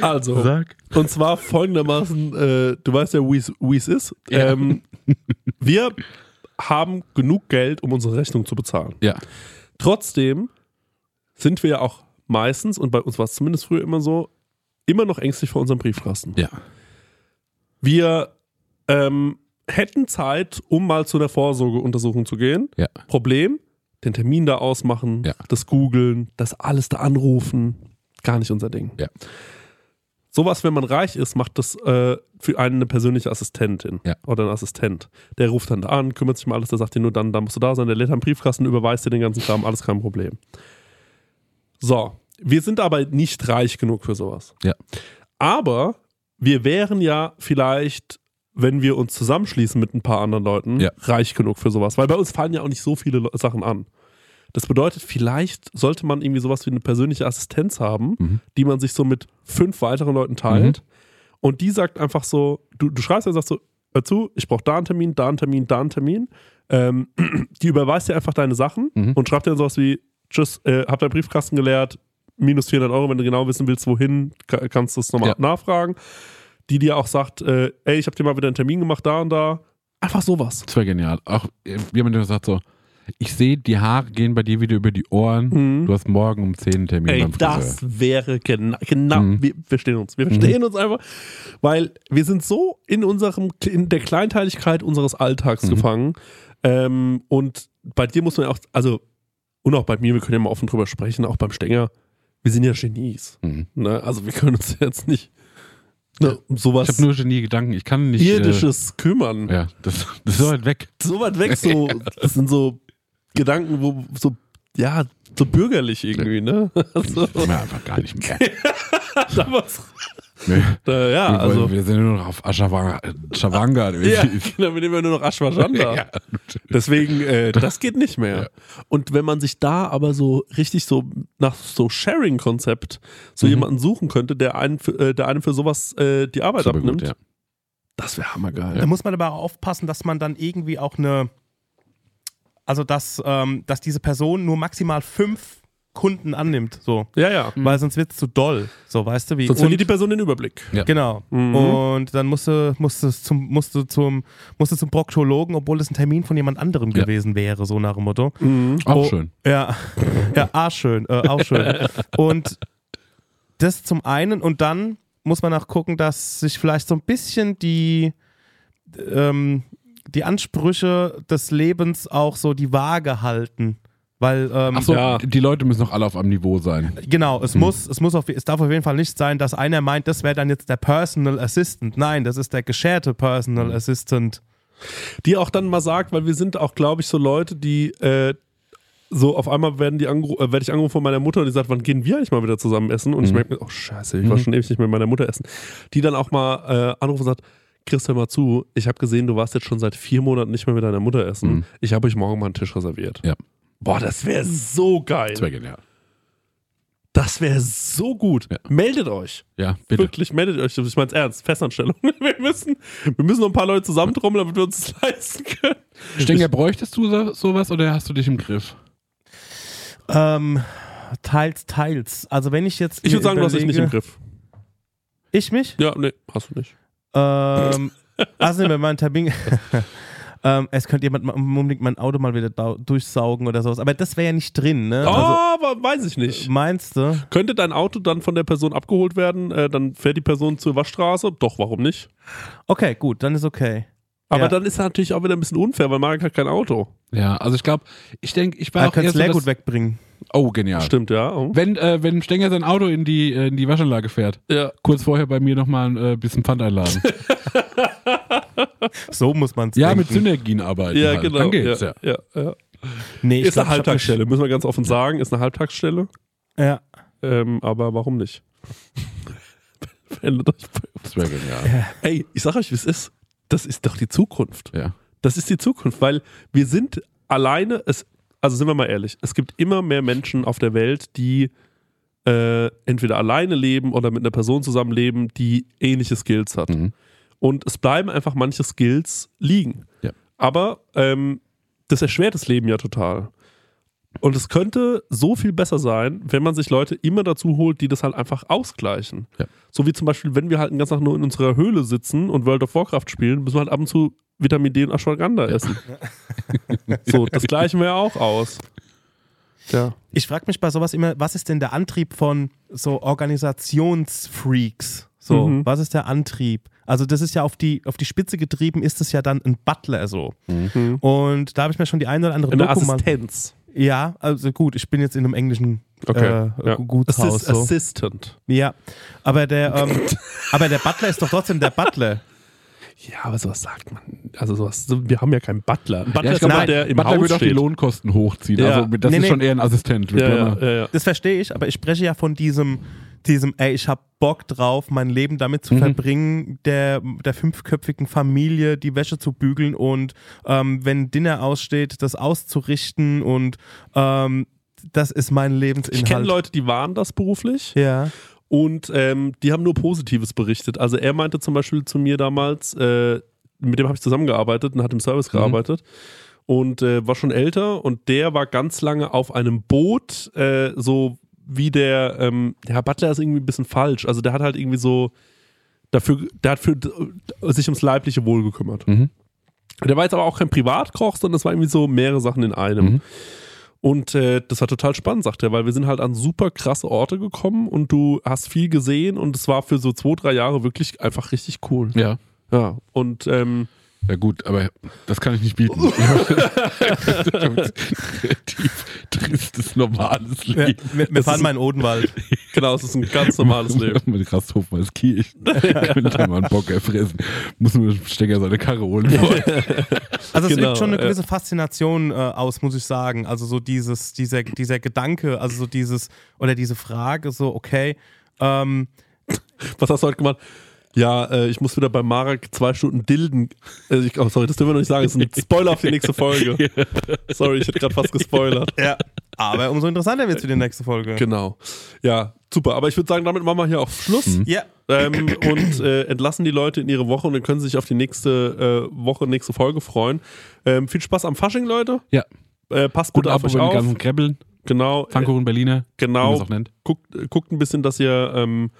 S2: Also,
S3: Sag.
S2: und zwar folgendermaßen, äh, du weißt ja, wie es- wie es ist.
S3: Ja.
S2: Ähm, wir haben genug Geld, um unsere Rechnung zu bezahlen.
S3: Ja.
S2: Trotzdem sind wir ja auch meistens, und bei uns war es zumindest früher immer so, immer noch ängstlich vor unserem Briefkasten.
S3: Ja.
S2: Wir ähm, hätten Zeit, um mal zu einer Vorsorgeuntersuchung zu gehen.
S3: Ja.
S2: Problem, den Termin da ausmachen,
S3: Ja.
S2: das googeln, das alles da anrufen. Gar nicht unser Ding.
S3: Ja.
S2: Sowas, wenn man reich ist, macht das äh, für einen eine persönliche Assistentin
S3: Ja.
S2: oder ein Assistent. Der ruft dann da an, kümmert sich um alles, der sagt dir nur dann, da musst du da sein, der lädt am Briefkasten, überweist dir den ganzen Kram, alles kein Problem. So, wir sind aber nicht reich genug für sowas.
S3: Ja.
S2: Aber wir wären ja vielleicht, wenn wir uns zusammenschließen mit ein paar anderen Leuten,
S3: Ja.
S2: reich genug für sowas. Weil bei uns fallen ja auch nicht so viele Le- Sachen an. Das bedeutet, vielleicht sollte man irgendwie sowas wie eine persönliche Assistenz haben,
S3: Mhm.
S2: die man sich so mit fünf weiteren Leuten teilt. Und die sagt einfach so: Du, du schreibst ja, sagst so, hör zu, ich brauche da einen Termin, da einen Termin, da einen Termin. Ähm, *clears throat* die überweist dir einfach deine Sachen
S3: Mhm.
S2: und schreibt dir sowas wie: Tschüss, äh, hab deinen Briefkasten geleert, minus 400 Euro, wenn du genau wissen willst, wohin, ka- kannst du es nochmal
S3: Ja.
S2: nachfragen. Die dir auch sagt: äh, Ey, ich habe dir mal wieder einen Termin gemacht, da und da. Einfach sowas.
S3: Das war genial. Auch äh, jemand, der sagt so, ich sehe, die Haare gehen bei dir wieder über die Ohren.
S2: Mhm.
S3: Du hast morgen um 10 einen Termin
S2: Ey,
S3: beim Friseur.
S2: das wäre gena genau.
S3: Mhm.
S2: Wir verstehen uns. Wir verstehen uns einfach, weil wir sind so in unserem in der Kleinteiligkeit unseres Alltags
S3: Mhm.
S2: gefangen. Ähm, und bei dir muss man ja auch, also und auch bei mir, wir können ja mal offen drüber sprechen, auch beim Stenger. Wir sind ja Genies.
S3: Mhm.
S2: Ne? Also wir können uns *laughs* jetzt nicht ne, um sowas
S3: Ich habe nur Genie-Gedanken. Ich kann nicht.
S2: irdisches kümmern.
S3: Äh, ja, das, das ist halt weg.
S2: So weit weg,
S3: *laughs*
S2: so das sind so Gedanken, wo so ja so bürgerlich irgendwie, ne? *laughs* Also,
S3: Das ist mir einfach gar
S2: *laughs*
S3: nicht mehr.
S2: da war's-
S3: Wir,
S2: Äh, ja, also.
S3: wir sind nur noch auf Ashawanga. *laughs*
S2: Ja, *laughs* genau, wir nehmen ja nur noch Ashwagandha.
S3: Ja.
S2: Deswegen, äh, das geht nicht mehr. Und wenn man sich da aber so richtig so nach so Sharing-Konzept so
S3: Mhm.
S2: jemanden suchen könnte, der einen für, äh, der einem für sowas äh, die Arbeit
S3: Super
S2: abnimmt,
S3: gut, ja.
S2: das wäre hammergeil.
S4: Da muss man aber auch aufpassen, dass man dann irgendwie auch eine, also dass, ähm, dass diese Person nur maximal fünf Kunden annimmt. So.
S2: Ja, ja.
S4: Weil sonst wird es zu doll. So, weißt du wie?
S2: Mhm. Sonst
S4: Mhm. Und-
S2: verliert die Person den Überblick.
S3: Ja.
S4: Genau. Und dann musste, musste, zum, musste, zum, musste zum Proktologen, obwohl es ein Termin von jemand anderem
S3: Ja.
S4: gewesen wäre, so nach dem Motto.
S2: Hm?
S3: Auch
S4: Oh,
S3: schön.
S4: Ja, ja, ah, schön, äh, auch schön. Und das zum einen und dann muss man auch gucken, dass sich vielleicht so ein bisschen die, ähm, die Ansprüche des Lebens auch so die Waage halten. Weil, ähm,
S3: Achso,
S2: Ja.
S3: die Leute müssen noch alle auf einem Niveau sein.
S4: Genau, es muss, es muss auf, es darf auf jeden Fall nicht sein, dass einer meint, das wäre dann jetzt der Personal Assistant. Nein, das ist der gescherte Personal Assistant.
S2: Die auch dann mal sagt, weil wir sind auch, glaube ich, so Leute, die äh, so auf einmal werden die angru- äh, werde ich angerufen von meiner Mutter und die sagt, wann gehen wir eigentlich mal wieder zusammen essen? Und
S3: Mhm.
S2: ich merke mir, oh scheiße, ich war schon ewig nicht mit meiner Mutter essen. Die dann auch mal äh, anruft und sagt, Chris, hör mal zu, ich habe gesehen, du warst jetzt schon seit vier Monaten nicht mehr mit deiner Mutter essen. Ich habe euch morgen mal einen Tisch reserviert.
S3: Mhm. Ja.
S2: Boah, das wäre so geil.
S3: Das wäre genial.
S2: Das wäre so gut.
S3: Ja.
S2: Meldet euch.
S3: Ja, bitte.
S2: Wirklich, meldet euch. Ich meine es ernst, Festanstellung. *laughs* Wir müssen, wir müssen noch ein paar Leute zusammentrommeln, damit wir uns das leisten können.
S3: Stenger, bräuchtest du so, sowas oder hast du dich im Griff?
S4: Ähm, teils, teils. Also wenn ich jetzt.
S2: Ich würde sagen, du hast dich
S4: überlege-
S2: nicht im Griff.
S4: Ich mich?
S2: Ja, nee, hast du nicht.
S4: Ähm, *laughs* also wenn mein Termin. *laughs* ähm, es könnte jemand mal- unbedingt mein Auto mal wieder dau- durchsaugen oder sowas. Aber das wäre ja nicht drin, ne?
S2: Oh,
S4: Also,
S2: aber weiß ich nicht.
S4: meinst du?
S2: Ähm, Könnte dein Auto dann von der Person abgeholt werden? Äh, dann fährt die Person zur Waschstraße? Doch, warum nicht?
S4: Okay, gut, dann ist okay.
S2: Aber
S4: Ja.
S2: dann ist er natürlich auch wieder ein bisschen unfair, weil Marek hat kein Auto.
S3: Ja, also ich glaube, ich denke, ich war auch
S4: Er
S3: eher
S4: könnte es
S3: so,
S4: leer
S3: dass-
S4: gut wegbringen.
S3: Oh, genial.
S2: Stimmt, ja. Oh.
S3: Wenn, äh, wenn Stenger sein Auto in die, äh, in die Waschanlage fährt, äh,
S2: Ja.
S3: kurz vorher bei mir nochmal ein äh, bisschen
S2: *laughs*
S3: Pfand einladen.
S4: So muss man es
S3: ja, mit Synergien arbeiten.
S2: Ja,
S3: halt.
S2: genau.
S3: Dann geht's, ja.
S2: ja, ja. Ja,
S4: Nee, ich
S2: Ist eine
S4: glaub, ich hab mich-
S2: Halbtagsstelle, müssen wir ganz offen sagen. Ist eine Halbtagsstelle.
S4: Ja.
S2: Ähm, aber warum *laughs* nicht? Verändert euch bei
S3: Das wäre genial.
S2: Ey, ich sag euch, wie es ist. Das ist doch die Zukunft.
S3: Ja.
S2: Das ist die Zukunft, weil wir sind alleine, es, also sind wir mal ehrlich, es gibt immer mehr Menschen auf der Welt, die äh, entweder alleine leben oder mit einer Person zusammenleben, die ähnliche Skills hat.
S3: Mhm.
S2: Und es bleiben einfach manche Skills liegen.
S3: Ja.
S2: Aber ähm, das erschwert das Leben ja total. Und es könnte so viel besser sein, wenn man sich Leute immer dazu holt, die das halt einfach ausgleichen.
S3: Ja.
S2: So wie zum Beispiel, wenn wir halt den ganzen Tag nur in unserer Höhle sitzen und World of Warcraft spielen, müssen wir halt ab und zu Vitamin D und Ashwagandha
S3: *laughs*
S2: essen. so, das gleichen wir ja auch aus. Ja.
S4: Ich frage mich bei sowas immer, was ist denn der Antrieb von so Organisationsfreaks? So,
S2: Mhm.
S4: was ist der Antrieb? Also, das ist ja auf die, auf die Spitze getrieben, ist es ja dann ein Butler so. Und da habe ich mir schon die eine oder andere
S2: In der
S4: Doku mal-
S2: Assistenz.
S4: Ja, also gut, ich bin jetzt in einem englischen
S2: Okay,
S4: äh,
S2: ja.
S4: Gutshaus.
S2: Assist-
S4: so.
S2: Assistant.
S4: Ja, aber der, ähm, aber der Butler ist doch trotzdem der Butler.
S2: Ja, aber sowas sagt man. Also sowas, wir haben ja keinen Butler. Ein Butler
S3: Ja, ich
S2: ist jemand,
S3: glaube,
S4: Nein.
S2: der im
S3: Butler
S2: Haus
S3: würde auch die
S2: steht.
S3: Lohnkosten hochziehen.
S2: Ja.
S3: Also das
S4: Nee,
S3: ist
S4: nee.
S3: schon eher ein Assistent. würde
S2: Ja,
S3: ich
S2: ja,
S3: mal-
S2: ja, ja.
S4: Das verstehe ich, aber ich spreche ja von diesem, diesem ey, ich hab Bock drauf, mein Leben damit
S2: Mhm.
S4: zu verbringen, der, der fünfköpfigen Familie die Wäsche zu bügeln und ähm, wenn Dinner aussteht, das auszurichten und ähm, das ist mein Lebensinhalt.
S2: Ich kenne Leute, die waren das beruflich
S4: Ja.
S2: und ähm, die haben nur Positives berichtet. Also er meinte zum Beispiel zu mir damals, äh, mit dem habe ich zusammengearbeitet und hat im Service
S3: Mhm.
S2: gearbeitet und äh, war schon älter und der war ganz lange auf einem Boot, äh, so wie der, ähm, der Herr Butler ist irgendwie ein bisschen falsch. Also der hat halt irgendwie so dafür, der hat für, äh, sich ums leibliche Wohl gekümmert.
S3: Mhm.
S2: Der war jetzt aber auch kein Privatkoch, sondern das war irgendwie so mehrere Sachen in einem.
S3: Mhm.
S2: Und äh, das war total spannend, sagt er, weil wir sind halt an super krasse Orte gekommen und du hast viel gesehen und es war für so zwei, drei Jahre wirklich einfach richtig cool.
S3: ja.
S2: Ja. Und ähm,
S3: Ja gut, aber das kann ich
S2: *laughs*
S3: nicht bieten. Tief, tristes, normales
S4: Ja,
S3: Leben.
S4: wir wir fahren mal in Odenwald.
S2: genau, es ist ein ganz
S3: *laughs*
S2: normales Leben.
S3: Mit Rasthof als Kirch. Könnte man Bock erfressen. Muss nur Stecker seine Karre holen. Ja,
S4: Also es
S2: Genau,
S4: übt schon eine
S2: ja.
S4: gewisse Faszination äh, aus, muss ich sagen. Also so dieses, dieser, dieser Gedanke, also so dieses, oder diese Frage, so, okay, ähm,
S2: Was hast du heute gemacht? Ja, äh, ich muss wieder bei Marek zwei Stunden dilden. Äh, ich, oh, sorry, das dürfen wir noch nicht sagen. Das ist ein Spoiler für die nächste Folge. Sorry, ich hätte gerade fast gespoilert.
S4: ja. Aber umso interessanter wird es für die nächste Folge.
S2: Genau. Ja, super. Aber ich würde sagen, damit machen wir hier auch Schluss.
S4: Ja.
S2: ähm, und äh, entlassen die Leute in ihre Woche und dann können sie sich auf die nächste äh, Woche, nächste Folge freuen. Ähm, viel Spaß am Fasching, Leute.
S3: ja.
S2: Äh, passt gut
S3: gut
S2: auf
S3: ab
S2: euch
S3: über den
S2: auf.
S3: ganzen Krebbeln.
S2: genau, äh,
S3: Pfannkuchen Berliner, wie man es
S2: genau.
S3: auch nennt.
S2: Guckt, äh, guckt ein bisschen, dass ihr, ähm,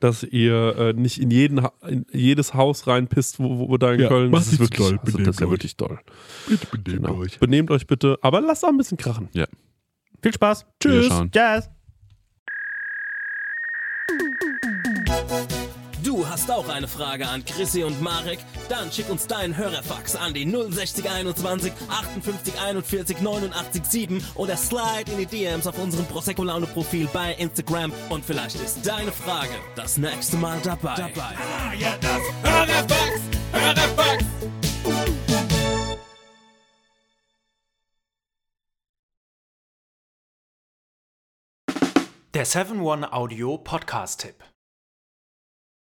S2: dass ihr äh, nicht in, jeden ha in jedes Haus reinpisst, wo, wo, wo da in
S3: Ja,
S2: Köln.
S3: macht nicht zu
S2: also,
S3: doll,
S2: das
S3: benehmt
S2: ist ja
S3: euch.
S2: wirklich toll.
S3: Bitte benehmt
S2: Genau. Benehmt euch bitte, aber lasst auch ein bisschen krachen.
S3: Ja.
S4: Viel Spaß.
S3: Tschüss.
S4: Jazz.
S1: Du hast auch eine Frage an Chrissy und Marek? Dann schick uns deinen Hörerfax an die 06021 58 41 89 7 oder slide in die DMs auf unserem Prosecco Laune Profil bei Instagram und vielleicht ist deine Frage das nächste Mal dabei. dabei.
S5: Der 7-One Audio Podcast-Tipp.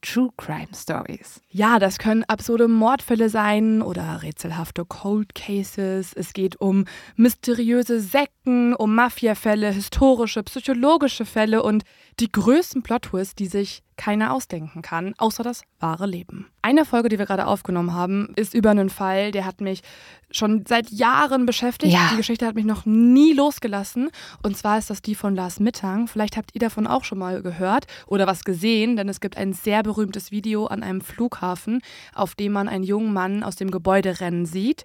S6: True Crime Stories.
S7: ja, das können absurde Mordfälle sein oder rätselhafte Cold Cases. Es geht um mysteriöse Sekten, um Mafiafälle, historische, psychologische Fälle und die größten Plot-Twists, die sich keiner ausdenken kann, außer das wahre Leben. Eine Folge, die wir gerade aufgenommen haben, ist über einen Fall, der hat mich schon seit Jahren beschäftigt.
S6: Ja.
S7: Die Geschichte hat mich noch nie losgelassen. Und zwar ist das die von Lars Mittang. Vielleicht habt ihr davon auch schon mal gehört oder was gesehen, denn es gibt ein sehr berühmtes Video an einem Flughafen, auf dem man einen jungen Mann aus dem Gebäude rennen sieht.